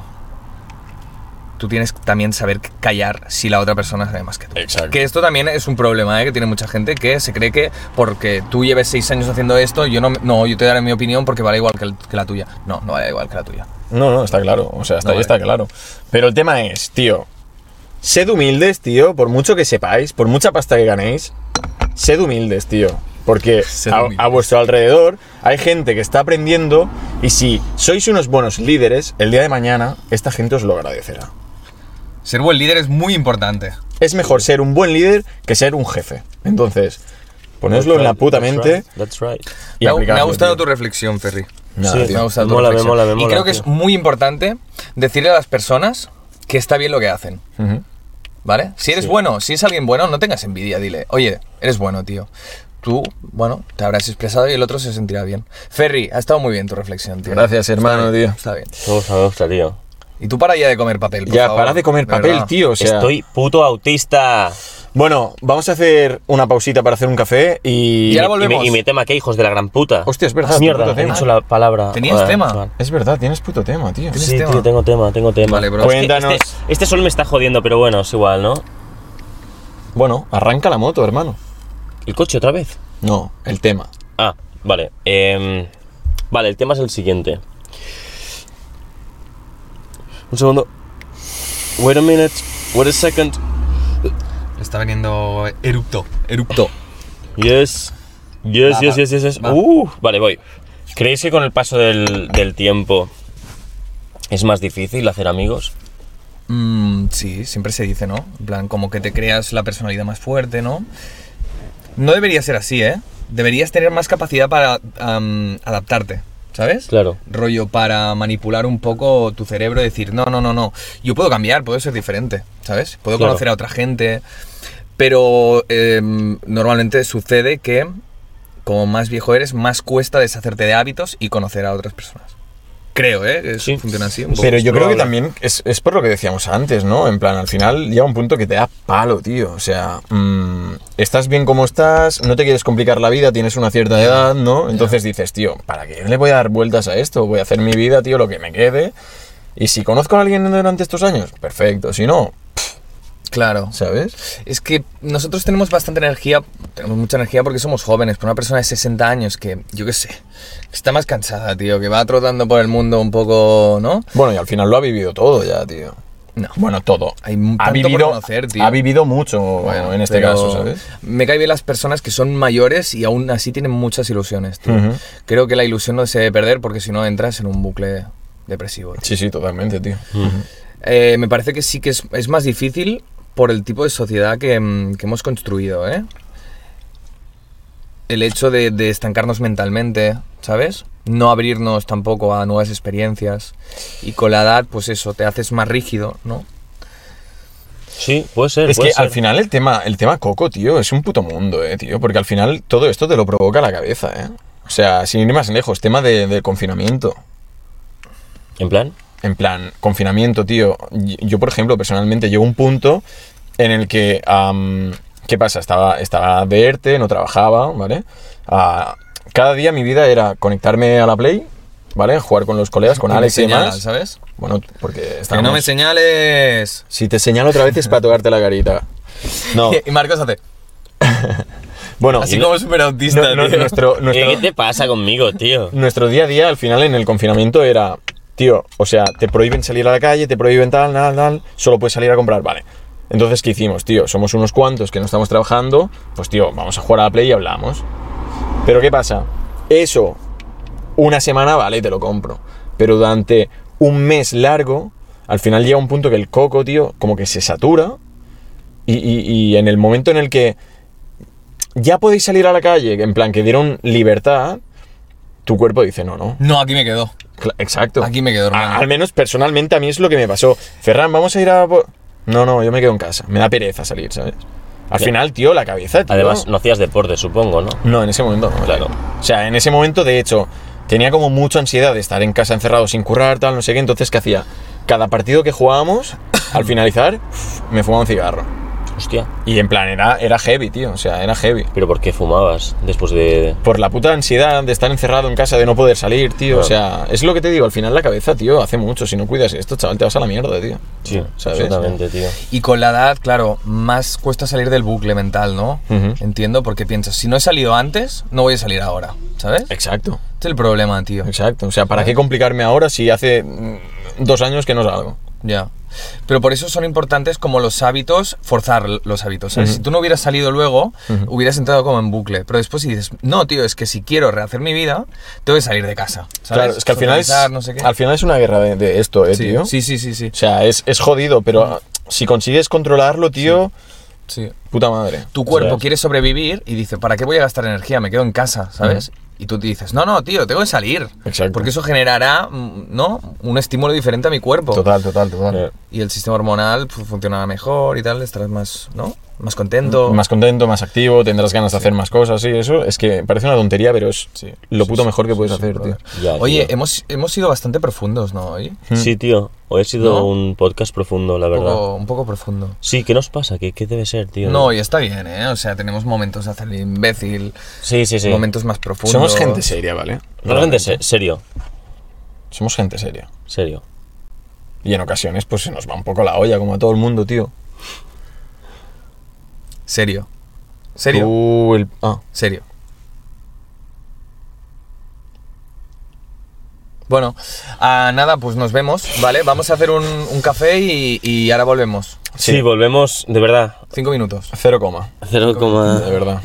[SPEAKER 1] tú tienes que también saber callar si la otra persona sabe más que tú.
[SPEAKER 3] Exacto.
[SPEAKER 1] Que esto también es un problema ¿eh? que tiene mucha gente que se cree que porque tú lleves seis años haciendo esto, yo no, no yo te daré mi opinión porque vale igual que, el- que la tuya. No, no vale igual que la tuya.
[SPEAKER 3] No, no, está claro. O sea, está,
[SPEAKER 1] No, vale.
[SPEAKER 3] está claro. Pero el tema es, tío, sed humildes, tío, por mucho que sepáis, por mucha pasta que ganéis, sed humildes, tío. Porque
[SPEAKER 1] Sed
[SPEAKER 3] a,
[SPEAKER 1] humildes.
[SPEAKER 3] a vuestro alrededor hay gente que está aprendiendo y si sois unos buenos líderes, el día de mañana esta gente os lo agradecerá.
[SPEAKER 1] Ser buen líder es muy importante.
[SPEAKER 3] Es mejor ser un buen líder que ser un jefe. Entonces,
[SPEAKER 2] That's
[SPEAKER 3] ponéoslo en la
[SPEAKER 2] right,
[SPEAKER 3] puta
[SPEAKER 2] that's
[SPEAKER 3] mente
[SPEAKER 2] right, That's right.
[SPEAKER 3] y
[SPEAKER 1] me, ha, me ha
[SPEAKER 3] aplicadlo,
[SPEAKER 1] gustado
[SPEAKER 3] tío.
[SPEAKER 1] tu reflexión, Ferry.
[SPEAKER 3] Nada,
[SPEAKER 2] Sí,
[SPEAKER 3] tío.
[SPEAKER 1] Me ha gustado tu
[SPEAKER 2] Mola, me
[SPEAKER 1] reflexión.
[SPEAKER 2] mola, me mola,
[SPEAKER 1] y creo que
[SPEAKER 2] tío.
[SPEAKER 1] es muy importante decirle a las personas que está bien lo que hacen.
[SPEAKER 3] Ujú.
[SPEAKER 1] ¿Vale? Si eres bueno, si es alguien bueno, no tengas envidia, dile, oye, eres bueno, tío. Tú, bueno, te habrás expresado y el otro se sentirá bien. Ferry, ha estado muy bien tu reflexión, tío.
[SPEAKER 3] Gracias, hermano, tío.
[SPEAKER 1] Está bien.
[SPEAKER 2] Todos me gusta, tío.
[SPEAKER 1] Y tú para ya de comer papel, por
[SPEAKER 3] Ya,
[SPEAKER 1] favor,
[SPEAKER 3] para de comer papel,
[SPEAKER 1] verdad.
[SPEAKER 3] tío. O sea,
[SPEAKER 2] Estoy puto autista.
[SPEAKER 3] Bueno, vamos a hacer una pausita para hacer un café y.
[SPEAKER 1] Y ahora vol- Volvemos.
[SPEAKER 2] mi, y mi tema, ¿qué hijos de la gran puta?
[SPEAKER 3] Hostia, es verdad, ¿eh?
[SPEAKER 2] Mierda,
[SPEAKER 3] puto
[SPEAKER 2] he
[SPEAKER 3] tema.
[SPEAKER 2] dicho la palabra.
[SPEAKER 1] ¿Tenías tema?
[SPEAKER 2] chaval.
[SPEAKER 3] Es verdad, tienes puto tema, tío.
[SPEAKER 1] ¿Tienes
[SPEAKER 2] Sí,
[SPEAKER 1] tema?
[SPEAKER 2] tío, tengo tema, tengo tema.
[SPEAKER 1] Vale, bro.
[SPEAKER 2] Es que
[SPEAKER 3] Cuéntanos.
[SPEAKER 2] Este, este sol me está jodiendo, pero bueno, es igual, ¿no?
[SPEAKER 3] Bueno, arranca la moto, hermano.
[SPEAKER 2] ¿El coche otra vez?
[SPEAKER 3] No, el tema.
[SPEAKER 2] Ah, vale. em, vale, el tema es el siguiente. Un segundo. Wait a minute. Wait a second.
[SPEAKER 1] Está veniendo erupto, erupto.
[SPEAKER 2] Yes. Yes,
[SPEAKER 1] Va,
[SPEAKER 2] yes,
[SPEAKER 1] va,
[SPEAKER 2] yes, yes, yes.
[SPEAKER 1] va.
[SPEAKER 2] Uh, vale, voy. ¿Creéis que con el paso del, del tiempo es más difícil hacer amigos?
[SPEAKER 1] Mm, sí, siempre se dice, ¿no? En plan, como que te creas la personalidad más fuerte, ¿no? No debería ser así, ¿eh? Deberías tener más capacidad para am, adaptarte, ¿sabes?
[SPEAKER 2] Claro.
[SPEAKER 1] Rollo para manipular un poco tu cerebro y decir, no, no, no, no, yo puedo cambiar, puedo ser diferente, ¿sabes? Puedo
[SPEAKER 2] Claro.
[SPEAKER 1] conocer a otra gente, pero em, normalmente sucede que como más viejo eres, más cuesta deshacerte de hábitos y conocer a otras personas. Creo, ¿eh? Eso
[SPEAKER 2] Sí.
[SPEAKER 1] funciona así. un poco.
[SPEAKER 3] Pero yo creo que
[SPEAKER 2] probable.
[SPEAKER 3] también es, es por lo que decíamos antes, ¿no? En plan, al final llega un punto que te da palo, tío. O sea, mm, estás bien como estás, no te quieres complicar la vida, tienes una cierta edad, ¿no? Entonces dices, tío, ¿para qué le voy a dar vueltas a esto? Voy a hacer mi vida, tío, lo que me quede. Y si conozco a alguien durante estos años, perfecto. Si no,
[SPEAKER 1] Claro.
[SPEAKER 3] ¿sabes?
[SPEAKER 1] Es que nosotros tenemos bastante energía, tenemos mucha energía porque somos jóvenes, pero una persona de 60 años que, yo qué sé, que está más cansada, tío, que va trotando por el mundo un poco, ¿no?
[SPEAKER 3] Bueno, y al final lo ha vivido todo ya, tío.
[SPEAKER 1] No.
[SPEAKER 3] Bueno, todo.
[SPEAKER 1] Hay m-
[SPEAKER 3] ha
[SPEAKER 1] tanto por
[SPEAKER 3] vivido,
[SPEAKER 1] conocer, tío.
[SPEAKER 3] Ha vivido mucho en este
[SPEAKER 1] pero
[SPEAKER 3] caso, ¿sabes?
[SPEAKER 1] Me caen bien las personas que son mayores y aún así tienen muchas ilusiones, tío.
[SPEAKER 3] Ujú.
[SPEAKER 1] Creo que la ilusión no se debe perder porque si no entras en un bucle depresivo. tío.
[SPEAKER 3] Sí, sí, totalmente, tío.
[SPEAKER 1] Eh, me parece que sí que es, es más difícil por el tipo de sociedad que, mm, que hemos construido, ¿eh? el hecho de, de estancarnos mentalmente, ¿sabes? No abrirnos tampoco a nuevas experiencias. Y con la edad, pues eso, te haces más rígido, ¿no?
[SPEAKER 2] Sí, puede ser.
[SPEAKER 3] Es
[SPEAKER 2] puede
[SPEAKER 3] que
[SPEAKER 2] ser.
[SPEAKER 3] al final el tema, el tema coco, tío, es un puto mundo, eh, tío. Porque al final todo esto te lo provoca la cabeza, eh. O sea, sin ir más lejos, tema de- del confinamiento.
[SPEAKER 2] En plan.
[SPEAKER 3] En plan, confinamiento, tío. Y- Yo, por ejemplo, personalmente llego a un punto en el que. am, ¿Qué pasa? Estaba, estaba de ERTE, no trabajaba, ¿vale? Ah, cada día mi vida era conectarme a la Play, ¿vale? Jugar con los colegas, con
[SPEAKER 1] Que me
[SPEAKER 3] Alex y
[SPEAKER 1] señalan,
[SPEAKER 3] demás.
[SPEAKER 1] ¿sabes?
[SPEAKER 3] Bueno, porque
[SPEAKER 1] Que no me
[SPEAKER 3] estábamos-
[SPEAKER 1] señales.
[SPEAKER 3] Si te señalo otra vez es para tocarte la carita. No.
[SPEAKER 1] <laughs> Y Marcos hace.
[SPEAKER 3] Bueno,
[SPEAKER 1] Así
[SPEAKER 3] y-
[SPEAKER 1] como súper autista,
[SPEAKER 3] no- no-
[SPEAKER 1] tío.
[SPEAKER 3] nuestro, nuestro-
[SPEAKER 2] ¿Qué te pasa conmigo, tío?
[SPEAKER 3] nuestro día a día al final en el confinamiento era, tío, o sea, te prohíben salir a la calle, te prohíben tal, tal, tal, solo puedes salir a comprar, vale. Entonces, ¿qué hicimos, tío? Somos unos cuantos que no estamos trabajando, pues, tío, vamos a jugar a la Play y hablamos. Pero ¿qué pasa? Eso, una semana, vale, te lo compro. Pero durante un mes largo, al final llega un punto que el coco, tío, como que se satura. Y, y- y en el momento en el que ya podéis salir a la calle, en plan que dieron libertad, tu cuerpo dice, no, no.
[SPEAKER 1] No, aquí me quedo.
[SPEAKER 3] Cla- Exacto.
[SPEAKER 1] Aquí me quedo, hermano.
[SPEAKER 3] A- Ah, Al menos personalmente a mí es lo que me pasó. Ferran, vamos a ir a... por-". No, no, yo me quedo en casa. Me da pereza salir, ¿sabes? Al
[SPEAKER 2] Ya.
[SPEAKER 3] final, tío, la cabeza, tío.
[SPEAKER 2] Además, no hacías deporte, supongo, ¿no?
[SPEAKER 3] No, en ese momento no.
[SPEAKER 2] Claro.
[SPEAKER 3] O sea, en ese momento, de hecho, tenía como mucha ansiedad de estar en casa encerrado sin currar, tal, no sé qué. Entonces, ¿qué hacía? Cada partido que jugábamos, al finalizar, me fumaba un cigarro.
[SPEAKER 2] Hostia.
[SPEAKER 3] Y en plan, era, era heavy, tío. O sea, era heavy.
[SPEAKER 2] ¿Pero por qué fumabas después de.?
[SPEAKER 3] Por la puta ansiedad de estar encerrado en casa, de no poder salir, tío. O sea, es lo que te digo. Al final, la cabeza, tío, hace mucho. Si no cuidas esto, chaval, te vas a la mierda, tío.
[SPEAKER 2] Sí,
[SPEAKER 3] ¿Sabes?
[SPEAKER 2] exactamente, tío.
[SPEAKER 1] Y con la edad, claro, más cuesta salir del bucle mental, ¿no?
[SPEAKER 3] Ujú.
[SPEAKER 1] Entiendo, porque piensas, si no he salido antes, no voy a salir ahora, ¿sabes? Este
[SPEAKER 3] Exacto.
[SPEAKER 1] es el problema, tío.
[SPEAKER 3] Eh. Exacto. O sea, ¿para qué complicarme ahora si hace mm, dos años que no salgo?
[SPEAKER 1] Ya. Pero por eso son importantes como los hábitos, forzar l- los hábitos. ¿sabes? Si tú no hubieras salido luego, hubieras entrado como en bucle. Pero después si dices, no, tío, es que si quiero rehacer mi vida, tengo que salir de casa. ¿sabes?
[SPEAKER 3] Claro, es que al final es,
[SPEAKER 1] Socializar, no sé qué.
[SPEAKER 3] al final es una guerra de, de esto, ¿eh,
[SPEAKER 1] sí,
[SPEAKER 3] tío?
[SPEAKER 1] sí, sí, sí, sí,
[SPEAKER 3] O sea, es, es jodido, pero si consigues controlarlo, tío,
[SPEAKER 1] sí.
[SPEAKER 3] puta madre.
[SPEAKER 1] tu cuerpo
[SPEAKER 2] Ostras.
[SPEAKER 1] quiere sobrevivir y dice, ¿para qué voy a gastar energía? Me quedo en casa, ¿sabes? Y tú te dices, no, no, tío, tengo que salir.
[SPEAKER 3] Exacto.
[SPEAKER 1] Porque eso generará, mm, ¿no? Un estímulo diferente a mi cuerpo.
[SPEAKER 3] Total, total, total.
[SPEAKER 2] Eh,
[SPEAKER 1] Y el sistema hormonal pues, funcionará mejor y tal, estarás más, ¿no? Más contento.
[SPEAKER 3] Mm, Más contento, más activo, tendrás ganas de hacer más cosas, sí, eso. Es que parece una tontería, pero es lo puto mejor que puedes hacer, tío.
[SPEAKER 2] Ya,
[SPEAKER 1] Oye,
[SPEAKER 2] tío.
[SPEAKER 1] hemos, hemos sido bastante profundos, ¿no? Hoy.
[SPEAKER 2] Sí, tío. Hoy ha sido
[SPEAKER 1] ¿No?
[SPEAKER 2] un podcast profundo, la
[SPEAKER 1] Un
[SPEAKER 2] verdad.
[SPEAKER 1] poco, un poco profundo.
[SPEAKER 2] Sí, ¿qué nos pasa? ¿Qué, qué debe ser, tío?
[SPEAKER 1] No, y está bien, ¿eh? O sea, tenemos momentos de hacer el imbécil,
[SPEAKER 2] Sí, sí, sí.
[SPEAKER 1] momentos más profundos.
[SPEAKER 3] Somos gente seria, ¿vale?
[SPEAKER 2] Realmente se- serio.
[SPEAKER 3] Somos gente seria.
[SPEAKER 2] Serio.
[SPEAKER 3] Y en ocasiones, pues se nos va un poco la olla, como a todo el mundo, tío.
[SPEAKER 1] Serio. Serio.
[SPEAKER 3] Tú, el- Ah.
[SPEAKER 1] Serio. Bueno, ah, nada, pues nos vemos, ¿vale? Vamos a hacer un, un café y, y ahora volvemos.
[SPEAKER 2] Sí, volvemos, de verdad.
[SPEAKER 1] Cinco minutos.
[SPEAKER 3] Cero coma,
[SPEAKER 2] Cero coma...
[SPEAKER 3] de verdad.